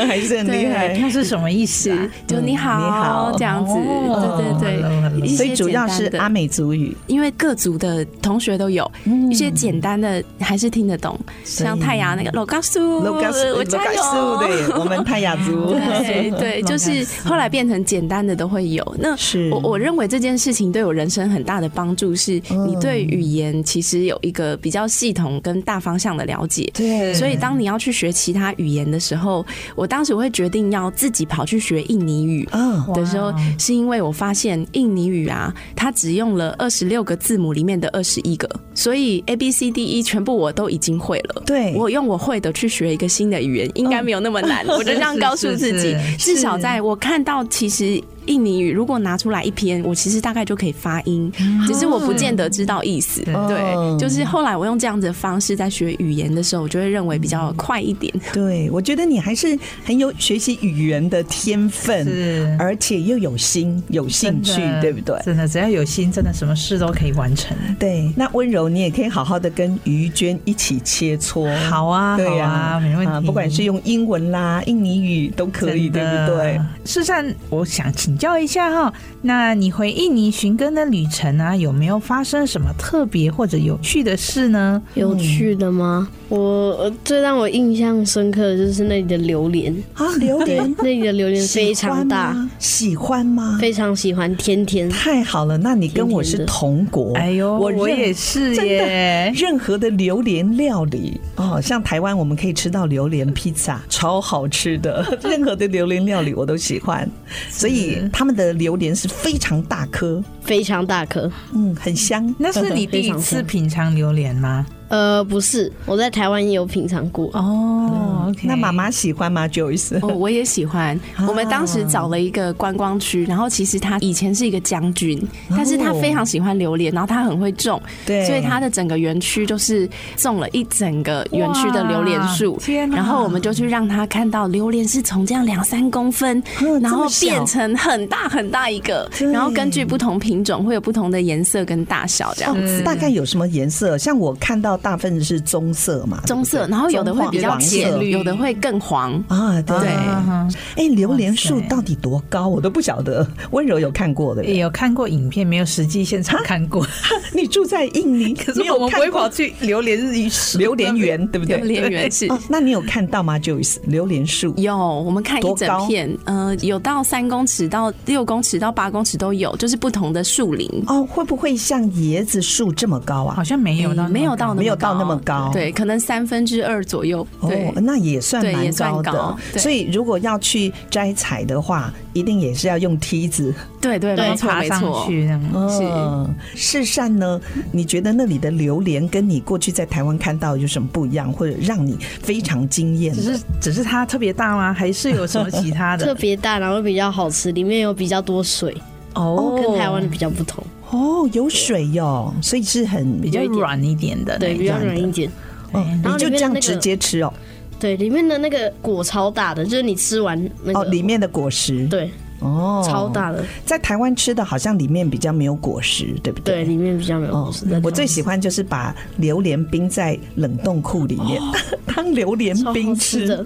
Speaker 5: 还是很厉害。
Speaker 6: 那是什么意思啊？
Speaker 4: 就你好，
Speaker 5: 你好
Speaker 4: 这样子，
Speaker 6: 哦
Speaker 4: 对
Speaker 6: 好
Speaker 4: 对
Speaker 6: 了
Speaker 4: 对，一
Speaker 5: 所
Speaker 4: 些
Speaker 5: 以主要是
Speaker 4: 简单的
Speaker 5: 阿美族语，
Speaker 4: 因为各族的同学都有、一些简单的，还是听得懂，像泰雅那个老嘎苏，我加油，
Speaker 5: 对，我们泰雅族，
Speaker 4: 对对，就是后来变成简单的都会有。那
Speaker 5: 是
Speaker 4: 我我认为这件事情对我人生很大的帮助，是你对语言其实有一个比较系统跟大方向的了解。
Speaker 5: 对
Speaker 4: 所以当你要去学其他语言的时候，我当时会决定要自己跑去学印尼语。
Speaker 5: 啊，
Speaker 4: 的时候，是因为我发现印尼语啊，它只用了二十六个字母里面的二十一个，所以 A B C D E 全部我都已经会了。
Speaker 5: 对
Speaker 4: 我用我会的去学一个新的语言，应该没有那么难。我就这样告诉自己，
Speaker 6: 哦是
Speaker 4: 至少在我看到其实。印尼语如果拿出来一篇，我其实大概就可以发音，
Speaker 6: 嗯
Speaker 4: 只是我不见得知道意思。
Speaker 5: 嗯
Speaker 6: 哦
Speaker 4: 对，就是后来我用这样子的方式在学语言的时候，我就会认为比较快一点。
Speaker 5: 对，我觉得你还是很有学习语言的天分，
Speaker 6: 是
Speaker 5: 而且又有心有兴趣
Speaker 6: 真，的
Speaker 5: 对不对？
Speaker 6: 真的，只要有心，真的什么事都可以完成。
Speaker 5: 对，那温柔，你也可以好好的跟于娟一起切磋。
Speaker 6: 好啊，
Speaker 5: 对呀、
Speaker 6: 好啊，没问题。
Speaker 5: 不管是用英文啦、印尼语都可以，对
Speaker 6: 真的
Speaker 5: 不对？？
Speaker 6: 事实上，我想请教一下哈，那你回印尼寻根的旅程啊，有没有发生什么特别或者有趣的事呢？
Speaker 8: 有趣的吗？
Speaker 5: 嗯
Speaker 8: 我呃最让我印象深刻的就是那里的榴莲，
Speaker 5: 啊，榴
Speaker 8: 对
Speaker 5: 莲，
Speaker 8: 那里的榴莲 非
Speaker 5: 喜欢
Speaker 8: 常大，
Speaker 5: 吗，喜欢吗？
Speaker 8: 非常喜欢，甜甜。
Speaker 5: 太好了，那你跟我
Speaker 8: 甜
Speaker 5: 是
Speaker 8: 甜的
Speaker 5: 同国。
Speaker 6: 哎呦，我
Speaker 5: 认
Speaker 6: 也是耶。
Speaker 5: 任何的榴莲料理哦，像台湾我们可以吃到榴莲披 萨，超好吃的。任何的榴莲料理我都喜欢，所以他们的榴莲是非常大颗，
Speaker 8: 非常大颗，
Speaker 5: 嗯，很香。
Speaker 6: 那是你
Speaker 8: 非
Speaker 6: 第一
Speaker 8: 常
Speaker 6: 次
Speaker 8: 香
Speaker 6: 品尝榴莲吗？
Speaker 8: 呃，不是，我在台湾也有品尝过。
Speaker 4: 哦，OK，
Speaker 5: 那妈。妈喜欢吗，Joyce？
Speaker 4: 哦，我也喜欢。
Speaker 5: 啊
Speaker 4: 我们当时找了一个观光区，然后其实他以前是一个将军，但是他非常喜欢榴莲，然后他很会种，
Speaker 5: 哦对
Speaker 4: 所以他的整个园区就是种了一整个园区的榴莲树
Speaker 6: 哇天。哪
Speaker 4: 然后我们就去让他看到榴莲是从这样两三公分
Speaker 5: 嗯，
Speaker 4: 然
Speaker 5: 这
Speaker 4: 后
Speaker 5: 么小
Speaker 4: 变成很大很大一个，
Speaker 5: 对
Speaker 4: 然后根据不同品种会有不同的颜色跟大小这样。
Speaker 6: 嗯
Speaker 5: 哦大概有什么颜色？像我看到大部分是棕色嘛，
Speaker 4: 棕色，然后有的会比较
Speaker 5: 棕黄
Speaker 4: 浅
Speaker 5: 色，
Speaker 4: 有的会更黄。
Speaker 5: 啊，对。
Speaker 4: 对
Speaker 6: 嗯
Speaker 5: 哎，榴莲树
Speaker 6: 哇塞哎
Speaker 5: 到底多高？我都不晓得。温柔有看过的，
Speaker 6: 也有看过影片，没有实际现场 看过。
Speaker 5: 你住在印尼，
Speaker 6: 可
Speaker 5: 你
Speaker 6: 是
Speaker 5: 有
Speaker 6: 我们不
Speaker 5: 看
Speaker 6: 会
Speaker 5: 过
Speaker 6: 跑去榴莲日语
Speaker 5: 榴莲园，对不对？
Speaker 4: 榴莲园是
Speaker 5: 哦，那你有看到吗？Joyce，榴莲树
Speaker 4: 有，我们看一
Speaker 5: 多高
Speaker 4: 整片，呃，有到三公尺到六公尺到八公尺都有，就是不同的树林，
Speaker 5: 哦，会不会像椰子树这么高啊
Speaker 6: 好？像没有到那么高，
Speaker 4: 没有到那么
Speaker 5: 没有到那么高
Speaker 4: 对，可能三分之二左右，对。
Speaker 5: 哦，那也算
Speaker 4: 对
Speaker 5: 蛮
Speaker 4: 也算
Speaker 5: 高的
Speaker 4: 高。对
Speaker 5: 所以如果要去摘采的话，一定也是要用梯子。
Speaker 4: 对对，
Speaker 8: 对
Speaker 4: 没错
Speaker 6: 爬
Speaker 4: 没
Speaker 6: 上
Speaker 4: 错。
Speaker 6: 去这样。
Speaker 5: 嗯，世善呢？你觉得那里的榴莲跟你过去在台湾看到有什么不一样，或者让你非常惊艳
Speaker 6: 只
Speaker 5: 的？
Speaker 6: 是只是它特别大吗？还是有什么其他
Speaker 8: 特
Speaker 6: 的？
Speaker 8: 别大，然后比较好吃，里面有比较多水，
Speaker 6: 哦
Speaker 8: 跟台湾的比较不同，
Speaker 5: 哦，有水哟、所以是很
Speaker 6: 比较软一点
Speaker 5: 哎
Speaker 6: 的那
Speaker 8: 对，
Speaker 6: 种，
Speaker 8: 比较软一点。
Speaker 5: 哦，
Speaker 8: 然
Speaker 5: 你
Speaker 8: 后
Speaker 5: 就
Speaker 8: 里面的
Speaker 5: 这样
Speaker 8: 那个
Speaker 5: 直接吃哦。
Speaker 8: 对，里面的那个果超大的，就是你吃完那个，
Speaker 5: 哦，里面的果实
Speaker 8: 对，
Speaker 5: 哦，
Speaker 8: 超大的，
Speaker 5: 在台湾吃的好像里面比较没有果实，对不
Speaker 8: 对，里面比较没有
Speaker 5: 哦
Speaker 8: 果实。但，
Speaker 5: 我最喜欢就是把榴莲冰在冷冻库里面、 当榴莲
Speaker 8: 哦超好
Speaker 5: 冰
Speaker 8: 吃
Speaker 5: 吃。
Speaker 8: 的，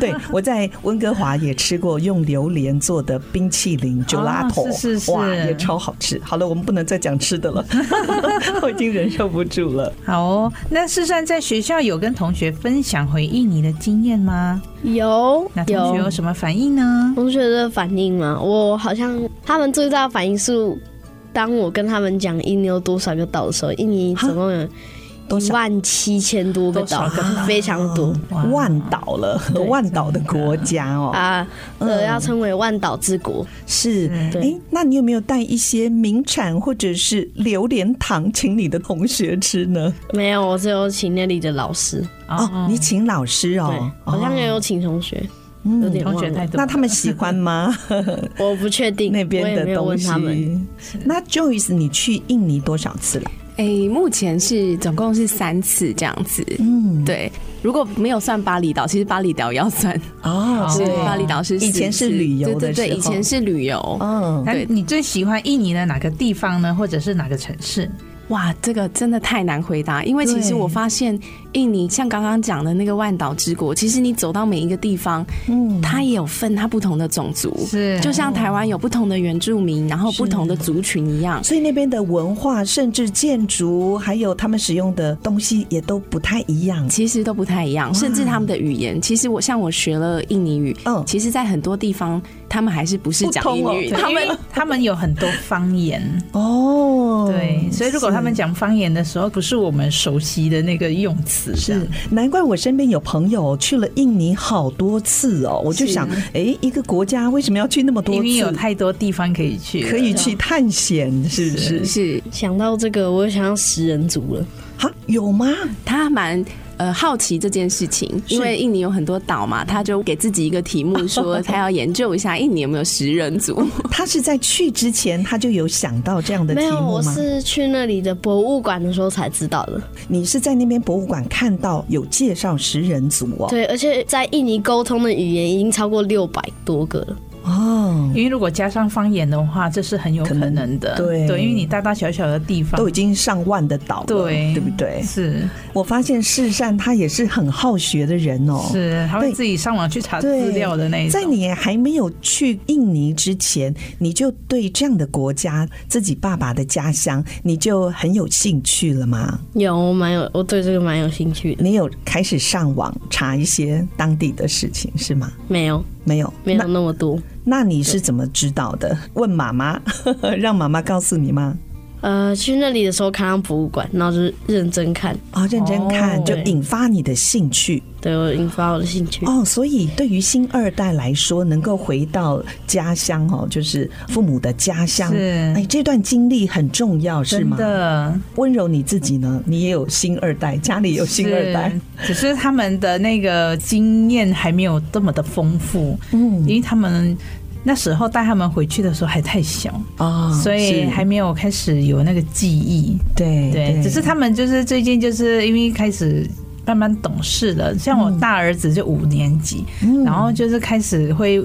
Speaker 5: 对，我在温哥华也吃过用榴莲做的冰淇淋
Speaker 8: 啊
Speaker 5: gelato，、
Speaker 6: 是是
Speaker 5: 哇，
Speaker 6: 是
Speaker 5: 也超好吃。好了，我们不能再讲吃的 了，我已经忍受不住了。
Speaker 6: 好哦，那世善在学校有跟同学分享回印尼的经验吗？
Speaker 8: 有
Speaker 6: 那同学有
Speaker 8: 有
Speaker 6: 什么反应呢？
Speaker 8: 同学的反应嘛，我好像他们最大的反应是，当我跟他们讲印尼有多少个岛的时候，印尼总共有
Speaker 5: 多
Speaker 8: 一
Speaker 5: 少
Speaker 8: 万七千多个岛，非常多
Speaker 5: 哦万岛了，万岛的国家哦，
Speaker 8: 啊，呃，要称为万岛之国。
Speaker 5: 是。
Speaker 8: 对
Speaker 5: 哎，那你有没有带一些名产或者是榴莲糖请你的同学吃呢？
Speaker 8: 没有，我只有请那里的老师，
Speaker 6: 嗯
Speaker 5: 哦，你请老师
Speaker 8: 对
Speaker 5: 哦，，
Speaker 8: 好像也
Speaker 5: 哦
Speaker 8: 有请同学，
Speaker 5: 嗯
Speaker 8: 有点
Speaker 6: 同
Speaker 8: 忘
Speaker 6: 学太
Speaker 8: 了，
Speaker 6: 多，
Speaker 5: 那他们喜欢吗？
Speaker 8: 我不确定，
Speaker 5: 那
Speaker 8: 我
Speaker 5: 边
Speaker 8: 也
Speaker 5: 的
Speaker 8: 没有
Speaker 5: 东
Speaker 8: 问
Speaker 5: 西
Speaker 8: 他们。。
Speaker 5: 那 Joyce，你去印尼多少次了？
Speaker 4: 哎，目前是总共是三次这样子。
Speaker 5: 嗯，
Speaker 4: 对，如果没有算巴厘岛，其实巴厘岛也要算，
Speaker 5: 哦，
Speaker 4: 是
Speaker 5: 对
Speaker 4: 巴厘岛是
Speaker 5: 以前是
Speaker 4: 四次
Speaker 5: 旅游的
Speaker 4: 对对
Speaker 5: 时
Speaker 4: 对，
Speaker 5: 候
Speaker 4: 以前是旅游。
Speaker 5: 嗯，
Speaker 6: 那
Speaker 4: 对
Speaker 6: 你最喜欢印尼的哪个地方呢？或者是哪个城市？
Speaker 4: 哇，这个真的太难回答，因为其实
Speaker 5: 对
Speaker 4: 我发现印尼像刚刚讲的那个万岛之国，其实你走到每一个地方，嗯，它也有分它不同的种族，
Speaker 6: 是
Speaker 4: 就像台湾有不同的原住民，然后不同的族群一样。
Speaker 5: 所以那边的文化，甚至建筑，还有他们使用的东西，也都不太一样。
Speaker 4: 其实都不太一样，甚至他们的语言，其实我像我学了印尼语，
Speaker 5: 嗯
Speaker 4: 其实，在很多地方他们还是不是
Speaker 5: 不
Speaker 4: 讲
Speaker 5: 通
Speaker 4: 印
Speaker 5: 哦
Speaker 4: 尼语，
Speaker 5: 对
Speaker 4: 他们
Speaker 6: 他们有很多方言，
Speaker 5: 哦，
Speaker 6: 对，所以如果他们
Speaker 5: 是。
Speaker 6: 讲方言的时候，不是我们熟悉的那个用词，这样
Speaker 5: 是，难怪我身边有朋友去了印尼好多次哦，我就想，哎，一个国家为什么要去那么多
Speaker 6: 因为有
Speaker 5: 次？
Speaker 6: 太多地方可以去了，
Speaker 5: 可以去探险，是不是？
Speaker 4: 是
Speaker 8: 想到这个，我又想到食人族了。
Speaker 5: 啊，有吗？
Speaker 4: 他蛮呃好奇这件事情，因为印尼有很多岛嘛，他就给自己一个题 目，说他要研究一下印尼有没有食人族。
Speaker 5: 他是在去之前他就有想到这样的
Speaker 8: 没
Speaker 5: 题
Speaker 8: 有，
Speaker 5: 目
Speaker 8: 我
Speaker 5: 吗？
Speaker 8: 是去那里的博物馆的时候才知道的。
Speaker 5: 你是在那边博物馆看到有介绍食人族哦？
Speaker 8: 对，而且在印尼沟通的语言已经超过六百多个了。
Speaker 5: 哦，
Speaker 6: 因为如果加上方言的话，这是很有可能的。
Speaker 5: 可能对
Speaker 6: 对，因为你大大小小的地方
Speaker 5: 都已经上万的岛了，
Speaker 6: 对
Speaker 5: 对不对？
Speaker 6: 是
Speaker 5: 我发现世善他也是很好学的人哦。
Speaker 6: 是，他会
Speaker 5: 对
Speaker 6: 自己上网去查
Speaker 5: 对
Speaker 6: 资料的那一种。
Speaker 5: 在你还没有去印尼之前，你就对这样的国家，自己爸爸的家乡，你就很有兴趣了吗？
Speaker 8: 有，我蛮有，我对这个蛮有兴趣的。
Speaker 5: 你有开始上网查一些当地的事情是吗？
Speaker 8: 没有，
Speaker 5: 没有，
Speaker 8: 没有
Speaker 5: 那
Speaker 8: 那么多。
Speaker 5: 那你是怎么知道的？问妈妈，让妈妈告诉你吗？
Speaker 8: 呃，去那里的时候看到博物馆，然后就是认真看，
Speaker 5: 哦，认真看、就
Speaker 8: 对
Speaker 5: 引发你的兴趣
Speaker 8: 对我引发我的兴趣。
Speaker 5: 哦。所以对于新二代来说，能够回到家乡哦，就是父母的家乡，
Speaker 6: 是
Speaker 5: 哎，这段经历很重要，是
Speaker 6: 真
Speaker 5: 吗？
Speaker 6: 的
Speaker 5: 温柔你自己呢？你也有新二代，家里有新二代，
Speaker 6: 是，只是他们的那个经验还没有这么的丰富，
Speaker 5: 嗯
Speaker 6: 因为他们那时候带他们回去的时候还太小，
Speaker 5: 啊
Speaker 6: 所以
Speaker 5: 是
Speaker 6: 还没有开始有那个记忆。
Speaker 5: 对
Speaker 6: 对，只是他们就是最近就是因为开始。慢慢懂事了，像我大儿子就五年级，然后就是开始会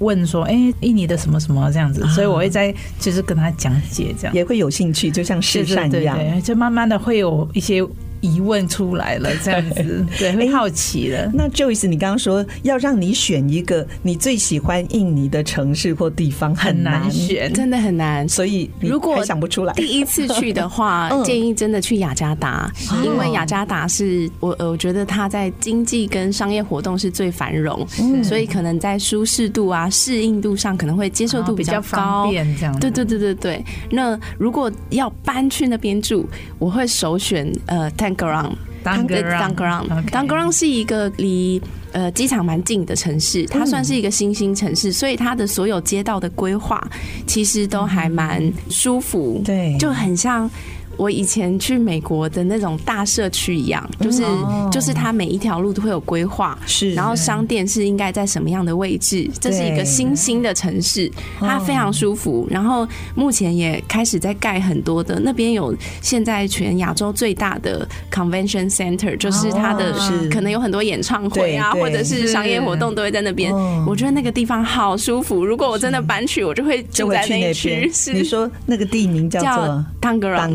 Speaker 6: 问说：“哎、印尼的什么什么这样子。”所以我会在就是跟他讲解这样，
Speaker 5: 也会有兴趣，就像
Speaker 6: 对
Speaker 5: 试
Speaker 6: 对
Speaker 5: 善一
Speaker 6: 对
Speaker 5: 样。
Speaker 6: 对，就慢慢的会有一些疑问出来了，这样子，对，会好奇了。
Speaker 5: 那 Joyce，你刚刚说要让你选一个你最喜欢印尼的城市或地方，
Speaker 6: 很
Speaker 5: 难
Speaker 6: 难，选，
Speaker 4: 真的很难。
Speaker 5: 所以你
Speaker 4: 如果
Speaker 5: 还想不出来。，
Speaker 4: 嗯第一次去的话
Speaker 5: 嗯
Speaker 4: 建议真的去雅加达，因为雅加达是我呃，我觉得它在经济跟商业活动是最繁荣，所以可能在舒适度啊、适应度上可能会接受度
Speaker 6: 比
Speaker 4: 哦较
Speaker 6: 方
Speaker 4: 高。
Speaker 6: 便这样子。
Speaker 4: 对对对对对，那如果要搬去那边住，我会首选呃 Tangerang，
Speaker 6: 当
Speaker 4: 对 d a n g r a n d a n g r a n 是一个离呃机场蛮近的城市，它算是一个新兴城市，所以它的所有街道的规划其实都还蛮舒服，
Speaker 5: 对
Speaker 4: 就很像。我以前去美国的那种大社区一样，就是就是它每一条路都会有规划，
Speaker 5: 是
Speaker 4: 然后商店是应该在什么样的位置？这是一
Speaker 5: 对
Speaker 4: 个新兴的城市，它非常舒服。然后目前也开始在盖很多的，那边有现在全亚洲最大的 convention center，就是它的
Speaker 5: 哦是
Speaker 4: 可能有很多演唱会啊，
Speaker 5: 对对
Speaker 4: 或者是商业活动都会在那边
Speaker 5: 嗯。
Speaker 4: 我觉得那个地方好舒服。如果我真的搬去，我就会
Speaker 5: 就
Speaker 4: 住
Speaker 5: 会
Speaker 4: 在
Speaker 5: 去
Speaker 4: 那
Speaker 5: 那
Speaker 4: 一区
Speaker 5: 边。。你
Speaker 4: 是
Speaker 5: 说那个地名叫
Speaker 4: 叫
Speaker 5: 做
Speaker 4: Tangerang。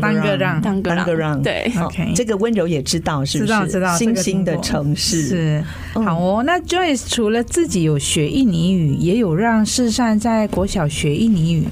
Speaker 5: Tangerang，
Speaker 6: Tangerang
Speaker 4: Tangerang，对
Speaker 5: 哦
Speaker 6: OK
Speaker 5: 这个温柔也知道是不是？
Speaker 6: 知道知道这
Speaker 5: 新
Speaker 6: 个
Speaker 5: 兴的
Speaker 6: 听过
Speaker 5: 城市嗯
Speaker 6: 是好哦。那 Joyce 除了自己有学印尼语，也有让世善在国小学印尼语，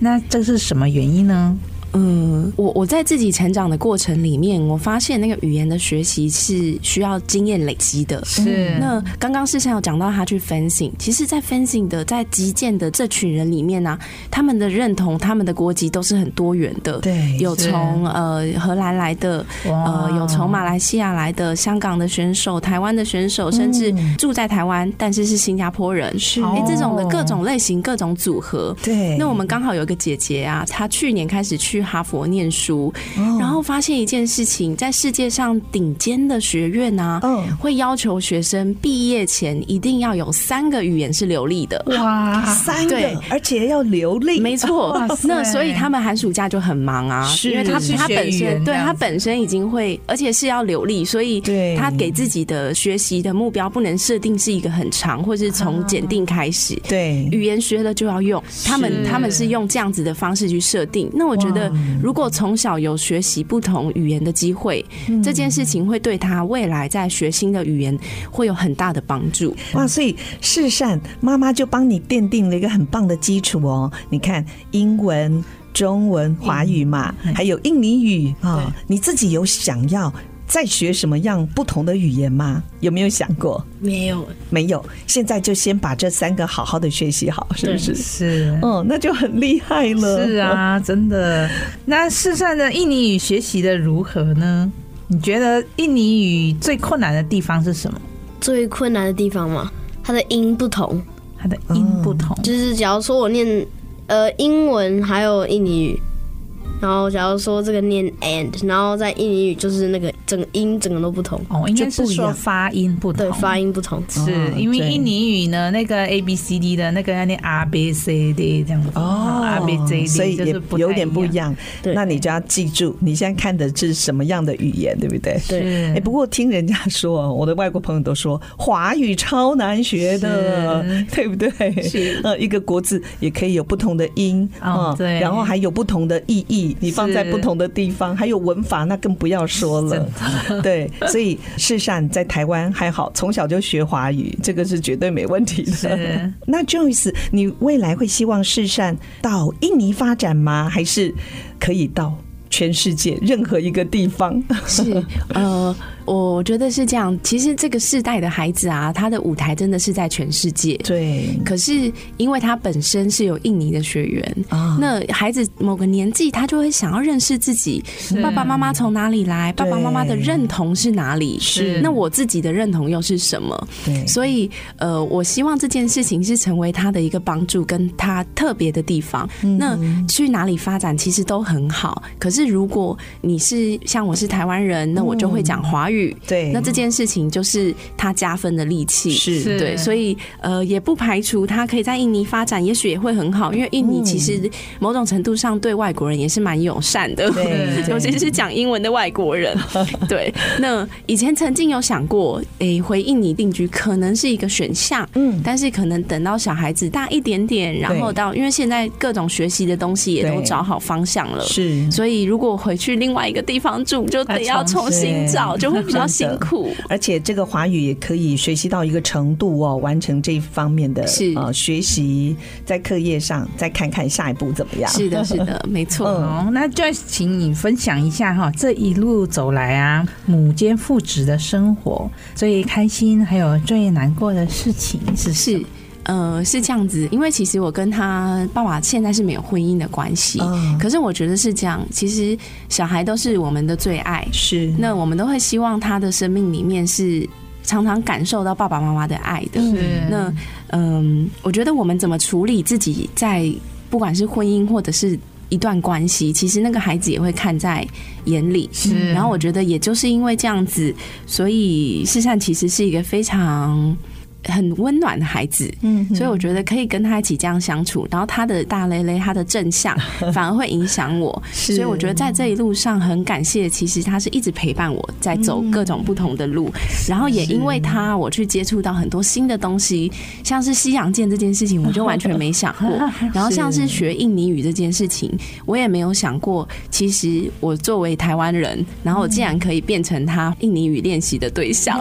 Speaker 6: 那这是什么原因呢？
Speaker 4: 嗯，我我在自己成长的过程里面，我发现那个语言的学习是需要经验累积的。
Speaker 6: 是
Speaker 4: 那刚刚世上有讲到他去 fencing，其实，在 fencing 的在击剑的这群人里面呢、他们的认同、他们的国籍都是很多元的，
Speaker 5: 对
Speaker 4: 有
Speaker 6: 是
Speaker 4: 从呃荷兰来的，
Speaker 6: 哇
Speaker 4: 呃有从马来西亚来的、香港的选手、台湾的选
Speaker 6: 嗯
Speaker 4: 手，甚至住在台湾但是是新加坡人，是哎、这
Speaker 6: 哦
Speaker 4: 种的各种类型、各种组合，
Speaker 5: 对
Speaker 4: 那我们刚好有一个姐姐啊，她去年开始去哈佛念书，
Speaker 6: 哦
Speaker 4: 然后发现一件事情，在世界上顶尖的学院啊，
Speaker 6: 哦
Speaker 5: 嗯
Speaker 4: 会要求学生毕业前一定要有三个语言是流利 的。
Speaker 6: 哇，
Speaker 5: 三
Speaker 4: 对
Speaker 5: 个，而且要流利，
Speaker 4: 没错
Speaker 6: 哇，塞
Speaker 4: 那所以他们寒暑假就很忙啊，
Speaker 5: 是
Speaker 4: 因为他
Speaker 5: 是
Speaker 4: 他
Speaker 6: 学
Speaker 4: 本
Speaker 6: 语言
Speaker 4: 身
Speaker 6: 这
Speaker 4: 对
Speaker 6: 样
Speaker 4: 他
Speaker 6: 子
Speaker 4: 本身已经会，而且是要流利，所以
Speaker 5: 对
Speaker 4: 他给自己的学习的目标不能设定是一个很长，或是
Speaker 6: 啊
Speaker 4: 从检定开始。
Speaker 5: 对，
Speaker 4: 语言学了就要用，他们
Speaker 6: 是
Speaker 4: 他们是用这样子的方式去设定。那我觉得，如果从小有学习不同语言的机会，这件事情会对他未来在学新的语言会有很大的帮助。
Speaker 5: 哇，所以世善妈妈就帮你奠定了一个很棒的基础哦。你看，英文、中文、华语嘛，
Speaker 4: 嗯
Speaker 5: 还有印尼语啊、你自己有想要再学什么样不同的语言吗？有没有想过？
Speaker 8: 没有，
Speaker 5: 没有，现在就先把这三个好好的学习好，是不是？
Speaker 6: 是。
Speaker 5: 嗯，那就很厉害了。
Speaker 6: 是，啊，真的。那世善的印尼语学习的如何呢？你觉得印尼语最困难的地方是什么？
Speaker 8: 最困难的地方嘛，它的音不同，
Speaker 6: 它的音不同，
Speaker 5: 嗯
Speaker 8: 就是假如说我念呃英文还有印尼语，然后假如说这个念 and，然后在印尼语就是那个整个音整个都不同，
Speaker 6: 哦，应该
Speaker 5: 就是不一
Speaker 6: 说
Speaker 5: 样
Speaker 6: 发音不同，
Speaker 8: 对，发音不同。
Speaker 6: 是因为
Speaker 5: 哦对
Speaker 6: 印尼语呢，那个 A B C D 的那个要念 R B C D 这样子
Speaker 5: 哦
Speaker 6: ，R 啊 B C D，
Speaker 5: 所以
Speaker 6: 就是
Speaker 5: 也
Speaker 6: 不太
Speaker 5: 有点不一。样。
Speaker 8: 对
Speaker 5: 那你就要记住，你现在看的是什么样的语言，对不对？
Speaker 8: 对
Speaker 5: 哎、
Speaker 6: 是
Speaker 5: 不过听人家说哦，我的外国朋友都说华语超难学的，对不对？
Speaker 6: 是
Speaker 5: 呃，一个国字也可以有不同的音
Speaker 6: 哦
Speaker 5: 嗯
Speaker 6: 对
Speaker 5: 然后还有不同的意义，你放在
Speaker 6: 是
Speaker 5: 不同的地方，还有文法，那更不要说了。 对，所以世善在台湾还好，从小就学华语，这个是绝对没问题的
Speaker 6: 是。
Speaker 5: 那 Joyce，你未来会希望世善到印尼发展吗？还是可以到全世界任何一个地方？
Speaker 4: 是呃，我觉得是这样。其实这个世代的孩子啊，他的舞台真的是在全世界。
Speaker 5: 对
Speaker 4: 可是因为他本身是有印尼的学员，
Speaker 5: 啊，
Speaker 4: 那孩子某个年纪，他就会想要认识自己，爸爸妈妈从哪里来，爸爸妈妈的认同是哪里，
Speaker 5: 是
Speaker 4: 那我自己的认同又是什么？
Speaker 5: 对
Speaker 4: 所以，呃，我希望这件事情是成为他的一个帮助，跟他特别的地方。
Speaker 5: 嗯
Speaker 4: 那去哪里发展其实都很好，可是如果你是像我是台湾人，那我就会讲华语，
Speaker 5: 对，
Speaker 4: 那这件事情就是他加分的利器。
Speaker 5: 是
Speaker 4: 对，所
Speaker 6: 以
Speaker 4: 以呃，也不排除他可以在印尼发展，也许也会很好，因为印尼其
Speaker 5: 嗯
Speaker 4: 实某种程度上对外国人也是蛮友善的，
Speaker 5: 对 对
Speaker 4: 尤其是讲英文的外 国人。对，那以前曾经有想过，诶、回印尼定居可能是一个选项，
Speaker 5: 嗯
Speaker 4: 但是可能等到小孩子大一点点，然后
Speaker 5: 对
Speaker 4: 到因为现在各种学习的东西也都
Speaker 5: 对
Speaker 4: 找好方向了，
Speaker 5: 是。
Speaker 4: 所以如果回去另外一个地方住，就得要重新找，就会比较辛苦。
Speaker 5: 而且这个华语也可以学习到一个程度哦，完成这一方面的
Speaker 4: 是
Speaker 5: 呃学习，在课业上再看看下一步怎么样。
Speaker 4: 是的，是的，没错。
Speaker 5: 嗯
Speaker 6: 哦，那就请你分享一下哈，这一路走来啊，母兼父职的生活，最开心还有最难过的事情是什
Speaker 4: 是
Speaker 6: 么，
Speaker 4: 呃，是这样子，因为其实我跟他爸爸现在是没有婚姻的关系，
Speaker 5: 嗯
Speaker 4: 可是我觉得是这样，其实小孩都是我们的最爱，
Speaker 5: 是
Speaker 4: 那我们都会希望他的生命里面是常常感受到爸爸妈妈的爱的。
Speaker 6: 是
Speaker 4: 那嗯，我觉得我们怎么处理自己在不管是婚姻或者是一段关系，其实那个孩子也会看在眼里。
Speaker 6: 是
Speaker 4: 然后我觉得也就是因为这样子，所以世善其实是一个非常很温暖的孩子。
Speaker 5: 嗯哼
Speaker 4: 所以我觉得可以跟他一起这样相处，然后他的大雷雷，他的正向反而会影响我，所以我觉得在这一路上很感谢，其实他是一直陪伴我在走各种不同的路，然后也因为他，我去接触到很多新的东西，像是西洋剑这件事情，我就完全没想过，然后像是学印尼语这件事情，我也没有想过，其实我作为台湾人，然后我竟然可以变成他印尼语练习的对象，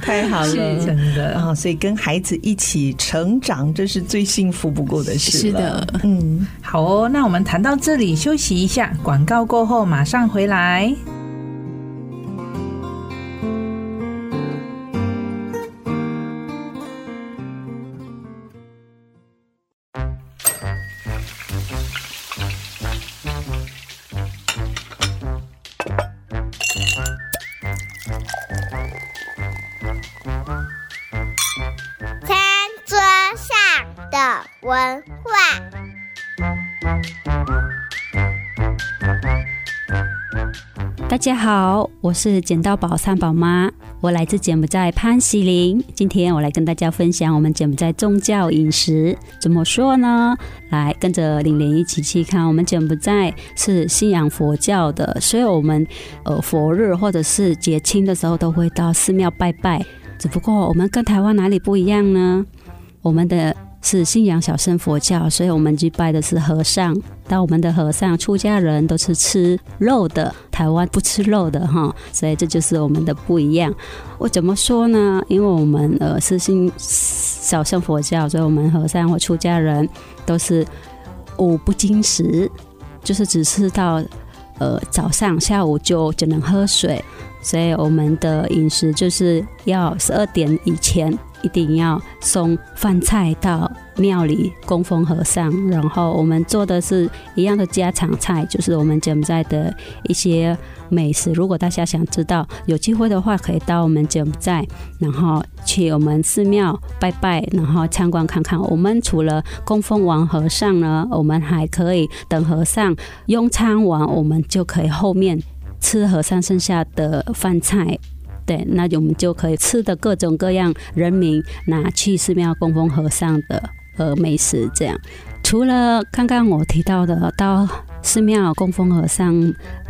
Speaker 5: 太好了，
Speaker 6: 真的
Speaker 5: 啊、所以跟孩子一起成长，这是最幸福不过的事
Speaker 4: 是
Speaker 5: 了。
Speaker 4: 的。
Speaker 5: 嗯，
Speaker 6: 好哦。那我们谈到这里，休息一下，广告过后马上回来。
Speaker 9: 餐桌上的文化。
Speaker 10: 大家好，我是捡到宝三宝妈，我来自柬埔寨潘喜林。今天我来跟大家分享我们柬埔寨宗教饮食怎么说呢？来跟着玲玲一起去看，我们柬埔寨是信仰佛教的，所以我们呃佛日或者是节庆的时候都会到寺庙拜拜。只不过我们跟台湾哪里不一样呢？我们的是信仰小乘佛教，所以我们去拜的是和尚。但我们的和尚出家人都是吃肉的，台湾不吃肉的哈，所以这就是我们的不一样。我怎么说呢？因为我们呃是信小乘佛教，所以我们和尚或出家人都是五不进食，就是只吃到呃早上、下午就只能喝水，所以我们的饮食就是要十二点以前一定要送饭菜到庙里供奉和尚，然后我们做的是一样的家常菜，就是我们柬埔寨的一些美食。如果大家想知道，有机会的话可以到我们柬埔寨，然后去我们寺庙拜拜，然后参观看看。我们除了供奉完和尚呢，我们还可以等和尚用餐完，我们就可以后面吃和尚剩下的饭菜。对，那我们就可以吃的各种各样人民拿去寺庙供奉和尚的呃美食这样。除了刚刚我提到的到寺庙供奉和尚，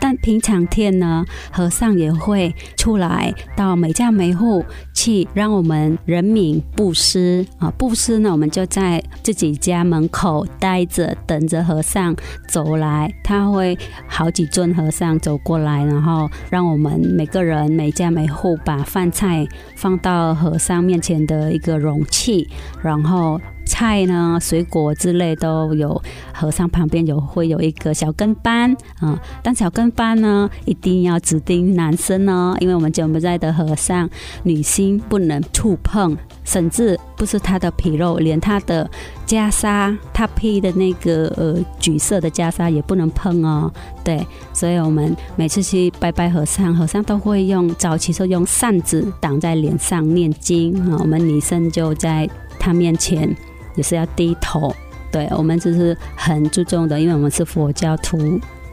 Speaker 10: 但平常天呢，和尚也会出来到每家每户去让我们人民布施啊。布施呢，我们就在自己家门口待着，等着和尚走来，他会好几尊和尚走过来，然后让我们每个人每家每户把饭菜放到和尚面前的一个容器，然后菜呢、水果之类都有。和尚旁边有会有一个小跟班啊、嗯但小跟班呢一定要指定男生哦，因为我们柬埔寨的和尚女星不能触碰，甚至不是她的皮肉，连她的袈裟，她披的那个呃橘色的袈裟也不能碰哦。对，所以我们每次去拜拜和尚，和尚都会用早期是用扇子挡在脸上念经啊、我们女生就在他面前也是要低头。对我们就是很注重的，因为我们是佛教徒。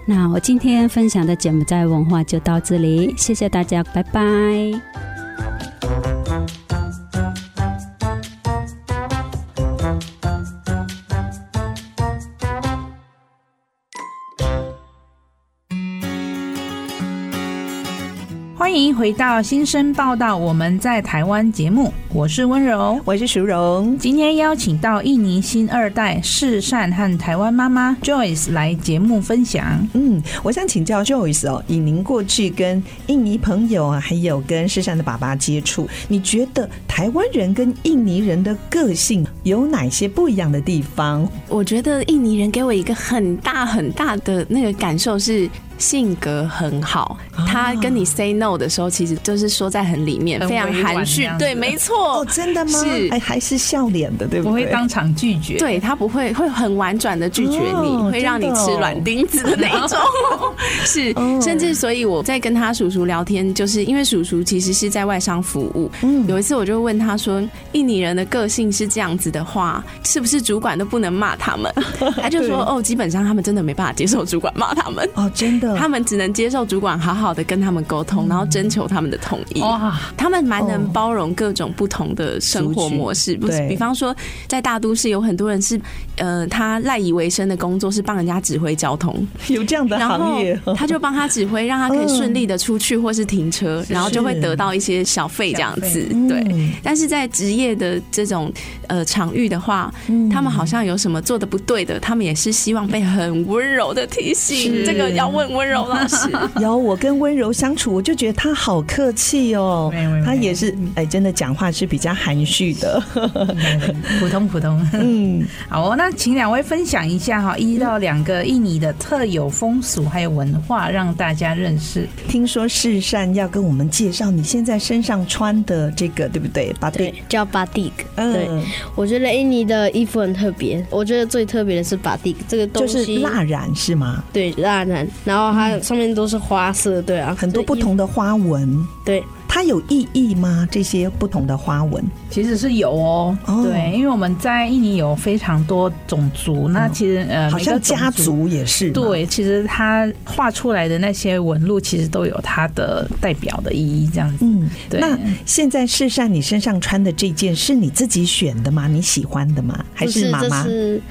Speaker 10: 那我今天分享的柬埔寨文化就到这里，谢谢大家，拜拜。
Speaker 6: 欢迎回到《新生报道》，我们在台湾节目，我是温
Speaker 4: 嗯
Speaker 6: 柔。
Speaker 5: 我是淑荣。
Speaker 6: 今天邀请到印尼新二代世善和台湾妈妈 Joyce 来节目分享。
Speaker 5: 嗯，我想请教 Joyce 哦，以您过去跟印尼朋友啊，还有跟世善的爸爸接触，你觉得台湾人跟印尼人的个性有哪些不一样的地方？
Speaker 4: 我觉得印尼人给我一个很大很大的那个感受是。性格很好，
Speaker 6: 啊
Speaker 4: 他跟你 say no 的时候，其实就是说在很里面，
Speaker 6: 很
Speaker 4: 非常
Speaker 6: 委婉
Speaker 4: 含
Speaker 6: 这
Speaker 4: 蓄
Speaker 6: 样，子
Speaker 4: 对，没错
Speaker 5: 哦，，真的吗？
Speaker 4: 是
Speaker 5: 哎，还是笑脸的，对不
Speaker 6: 不
Speaker 5: 对？
Speaker 6: 会当场拒绝，，
Speaker 4: 对他不会会很婉转的拒绝你，
Speaker 5: 哦
Speaker 4: 会让你
Speaker 5: 真的哦
Speaker 4: 吃软钉子的那一 种，是，甚至所以我在跟他叔叔聊天，就是因为叔叔其实是在外商服务，
Speaker 5: 嗯
Speaker 4: 有一次我就问他说，印尼人的个性是这样子的话，是不是主管都不能骂 他们？他就说哦，基本上他们真的没办法接受主管骂他们。
Speaker 5: 哦，嗯真的，
Speaker 4: 他们只能接受主管好好的跟他们沟通，然后征求他们的同意。
Speaker 6: 哇，
Speaker 4: 他们蛮能
Speaker 5: 哦
Speaker 4: 包容各种不同的生活模式，不是
Speaker 5: 对
Speaker 4: 比方说，在大都市有很多人是，呃，他赖以为生的工作是帮人家指挥交通，
Speaker 5: 有这样的
Speaker 4: 然后
Speaker 5: 行业，
Speaker 4: 他就帮他指挥，让他可以顺利的出去或是停车，然后就会得到一些小费这样子，对。
Speaker 5: 嗯
Speaker 4: 但是在职业的这种呃场域的话，
Speaker 5: 嗯
Speaker 4: 他们好像有什么做的不对的，他们也是希望被很温柔的提醒，这个要问温柔老师。
Speaker 5: 有我跟温柔相处，我就觉得他好客气哦
Speaker 6: 没没，
Speaker 5: 他
Speaker 6: 没
Speaker 5: 也是哎，真的讲话是比较含蓄的，
Speaker 6: 普通普通。
Speaker 5: 嗯，
Speaker 6: 好哦，那请两位分享一下哈，一到两个印尼的特有风俗还有文化，让大家认识。
Speaker 5: 听说世善要跟我们介绍你现在身上穿的这个，对不对？把
Speaker 8: 对，，叫 batik。对，
Speaker 5: 嗯，
Speaker 8: 我觉得印尼的衣服很特别，我觉得最特别的是 batik 这个
Speaker 5: 就
Speaker 8: 东
Speaker 5: 是
Speaker 8: 西，
Speaker 5: 蜡染是吗？
Speaker 8: 对蜡染，然后它上面都是花色，对啊，
Speaker 5: 很多不
Speaker 8: 这衣服
Speaker 5: 同的花纹，
Speaker 8: 对，
Speaker 5: 它有意义吗？这些不同的花纹，
Speaker 6: 其实是有哦，
Speaker 5: 哦
Speaker 6: 对，因为我们在印尼有非常多种族，那其实呃，
Speaker 5: 好像
Speaker 6: 每个种
Speaker 5: 家族也是嘛，
Speaker 6: 对，其实它画出来的那些纹路，其实都有它的代表的意义，这样子。
Speaker 5: 嗯，
Speaker 6: 对
Speaker 5: 那现在世善，你身上穿的这件是你自己选的吗？你喜欢的吗？还
Speaker 8: 不
Speaker 5: 是妈妈
Speaker 8: 这？是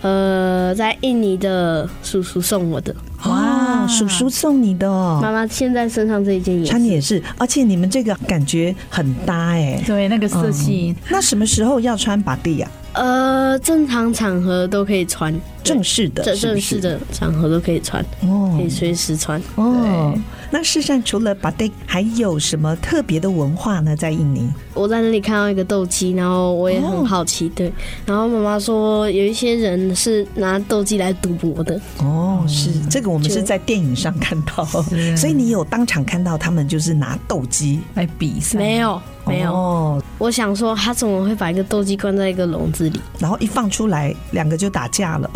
Speaker 8: 呃，在印尼的叔叔送我的，
Speaker 5: 哇，啊叔叔送你的
Speaker 8: 妈
Speaker 5: 哦，
Speaker 8: 妈现在身上这一件也
Speaker 5: 穿的
Speaker 8: 是。
Speaker 5: 也是，而且你们这个感觉很搭哎。
Speaker 6: 对，那个色系，
Speaker 5: 那什么时候要穿把蒂啊呀？
Speaker 8: 呃，正常场合都可以穿，
Speaker 5: 正式的，
Speaker 8: 正
Speaker 5: 是不
Speaker 8: 正
Speaker 5: 是
Speaker 8: 式的场合都可以穿，可
Speaker 5: 哦
Speaker 8: 以随时穿。
Speaker 5: 哦。那世善除了把蒂，还有什么特别的文化呢？在印尼
Speaker 8: 我在那里看到一个斗鸡，然后我也
Speaker 5: 哦
Speaker 8: 很好奇，对。然后妈妈说，有一些人是拿斗鸡来赌博的，
Speaker 5: 哦，是
Speaker 8: 嗯
Speaker 5: 这个我们
Speaker 8: 就是
Speaker 5: 在电影上看到，
Speaker 6: 是
Speaker 5: 所以你有当场看到他们就是拿斗鸡，
Speaker 6: 来比赛，
Speaker 8: 没有没有。
Speaker 5: 哦，
Speaker 8: 我想说，他怎么会把一个斗鸡关在一个笼子 里？
Speaker 5: 然后一放出来，两个就打架了。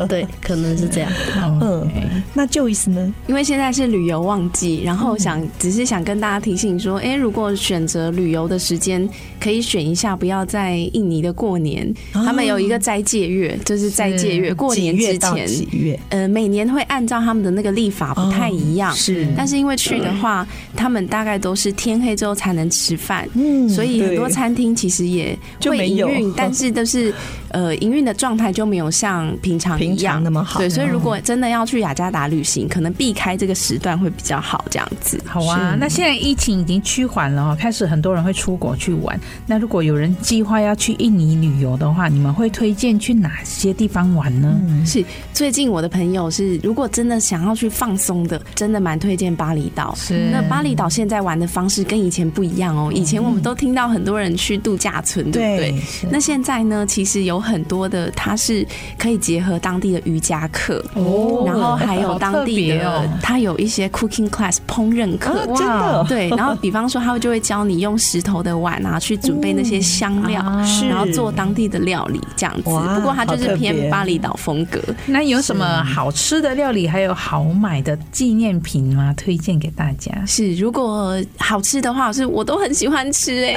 Speaker 8: 对，可能是这样。
Speaker 6: 嗯，
Speaker 5: 那 Joyce 呢？
Speaker 4: 因为现在是旅游旺季，然后想只是想跟大家提醒说，诶，如果选择旅游的时间，可以选一下，不要在印尼的过年，他们有一个斋戒月，就是斋戒月，过
Speaker 5: 啊哦几
Speaker 4: 年
Speaker 5: 月
Speaker 4: 之
Speaker 5: 到
Speaker 4: 前，
Speaker 5: 哦几月？
Speaker 4: 呃，每年会按照他们的那个历法不太一样，
Speaker 5: 哦是，
Speaker 4: 但是因为去的话，他们大概都是天黑之后才能吃饭，
Speaker 5: 嗯
Speaker 4: 所以很多
Speaker 5: 对
Speaker 4: 餐厅其实也
Speaker 5: 就
Speaker 4: 会
Speaker 5: 没
Speaker 4: 营
Speaker 5: 有
Speaker 4: 运，但是都是呃营运的状态就没有像平常一
Speaker 5: 平常
Speaker 4: 样
Speaker 5: 那么好
Speaker 4: 对，所以
Speaker 5: 嗯
Speaker 4: 如果真的要去雅加达旅行，可能避开这个时段会比较好，这样子。
Speaker 6: 好啊。那现在疫情已经趋缓了哦，开始很多人会出国去玩。那如果有人计划要去印尼旅游的话，你们会推荐去哪些地方玩呢？
Speaker 4: 是最近我的朋友是，如果真的想要去放松的，真的蛮推荐巴厘岛。
Speaker 6: 是嗯
Speaker 4: 那巴厘岛现在玩的方式跟以前不一样哦，以前我们都听到很多人去度假村，对不对？
Speaker 5: 对，
Speaker 4: 那现在呢，其实有很多的，它是可以结合当地的瑜伽课，
Speaker 6: 哦
Speaker 4: 然后还有当
Speaker 6: 好
Speaker 4: 地
Speaker 6: 特别
Speaker 4: 的
Speaker 6: 哦，
Speaker 4: 它有一些 cooking class 烹饪课。
Speaker 5: 啊真的
Speaker 4: 对，然后比方说，他会就会教你用石头的碗啊，去准备那些香料，
Speaker 5: 是
Speaker 4: 然后做当地的料理这样子。
Speaker 5: 哇
Speaker 4: 不过它就
Speaker 5: 好
Speaker 4: 是
Speaker 5: 特别
Speaker 4: 偏巴厘岛风格。
Speaker 6: 那有什么好吃的料理，还有好买的纪念品吗？推荐给大 家。
Speaker 4: 是，如果好吃的话，是我都很喜欢吃 哎、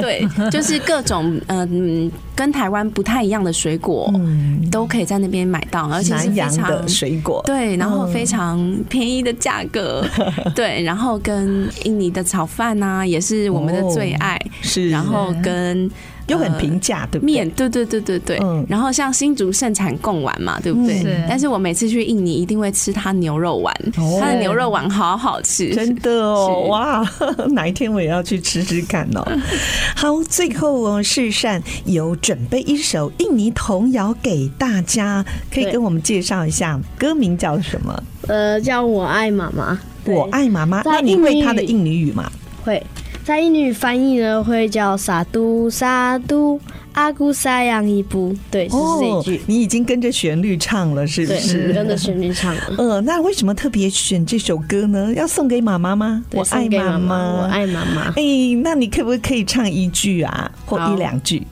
Speaker 4: 对，就是各种呃嗯，跟台湾不太一样的水果，
Speaker 5: 嗯，
Speaker 4: 都可以在那边买到，而且
Speaker 5: 南
Speaker 4: 是非
Speaker 5: 洋
Speaker 4: 常
Speaker 5: 的水果，
Speaker 4: 对，然后非常便宜的价 格，对，然后跟印尼的炒饭呐、也是我们的最爱，
Speaker 5: 是，
Speaker 4: 然后跟
Speaker 5: 又很
Speaker 4: 呃
Speaker 5: 平价，对不对？
Speaker 4: 面，对对对对对，
Speaker 5: 嗯
Speaker 4: 然后像新竹盛产贡丸嘛，对不对？
Speaker 6: 是
Speaker 4: 但是我每次去印尼一定会吃它牛肉丸，
Speaker 5: 哦
Speaker 4: 它的牛肉丸好好吃，
Speaker 5: 真的哦，
Speaker 4: 是
Speaker 5: 哇， 哪一天我也要去吃吃看 哦。好，最后哦，世善有准备一首印尼童谣给大家，可以
Speaker 8: 对
Speaker 5: 跟我们介绍一下，歌名叫什么？
Speaker 8: 呃，叫我爱妈妈。对
Speaker 5: 我爱妈妈。
Speaker 8: 在
Speaker 5: 那你
Speaker 8: 印
Speaker 5: 会
Speaker 8: 尼
Speaker 5: 他的印尼语吗？
Speaker 8: 会在英语翻译呢，会叫撒都撒都阿姑撒养一布，对，就是这一句，
Speaker 5: 哦你已经跟着旋律唱了，是不
Speaker 8: 对，
Speaker 5: 是？
Speaker 8: 跟着旋律唱了。
Speaker 5: 呃，那为什么特别选这首歌呢？要送给妈妈吗？
Speaker 8: 对
Speaker 5: 我爱
Speaker 8: 送给妈
Speaker 5: 妈，
Speaker 8: 我。爱妈妈。
Speaker 5: 哎，那你可不可以唱一句啊，或
Speaker 8: 好
Speaker 5: 一两句？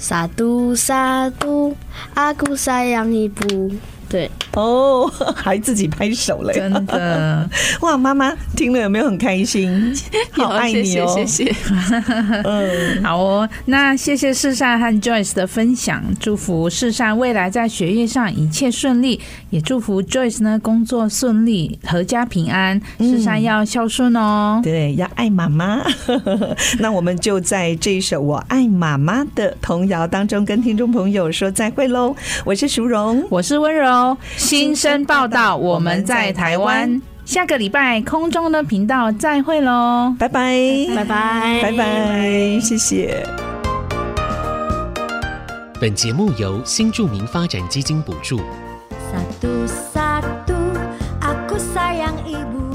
Speaker 8: Satu satu aku sayang ibu。对，
Speaker 5: 哦， 还自己拍手嘞！
Speaker 6: 真的，
Speaker 5: 哇，妈妈听了有没有很 开心？好爱你哦！
Speaker 4: 谢谢谢谢。
Speaker 5: 嗯，
Speaker 6: 好哦。那谢谢世善和 Joyce 的分享，祝福世善未来在学业上一切顺利，也祝福 Joyce 呢工作顺利，阖家平安。世善要孝顺哦。
Speaker 5: 对，要爱妈妈。 那我们就在这一首《我爱妈妈》的童谣当中，跟听众朋友说再会喽！我是淑荣，
Speaker 6: 我是温柔，新生报道，我们在台湾。下个礼拜空中的频道再会喽。
Speaker 5: 拜拜，
Speaker 8: 拜拜，
Speaker 5: 拜拜，谢谢。
Speaker 2: 本节目由新著名发展基金补助。
Speaker 9: Satu-satu aku sayang ibu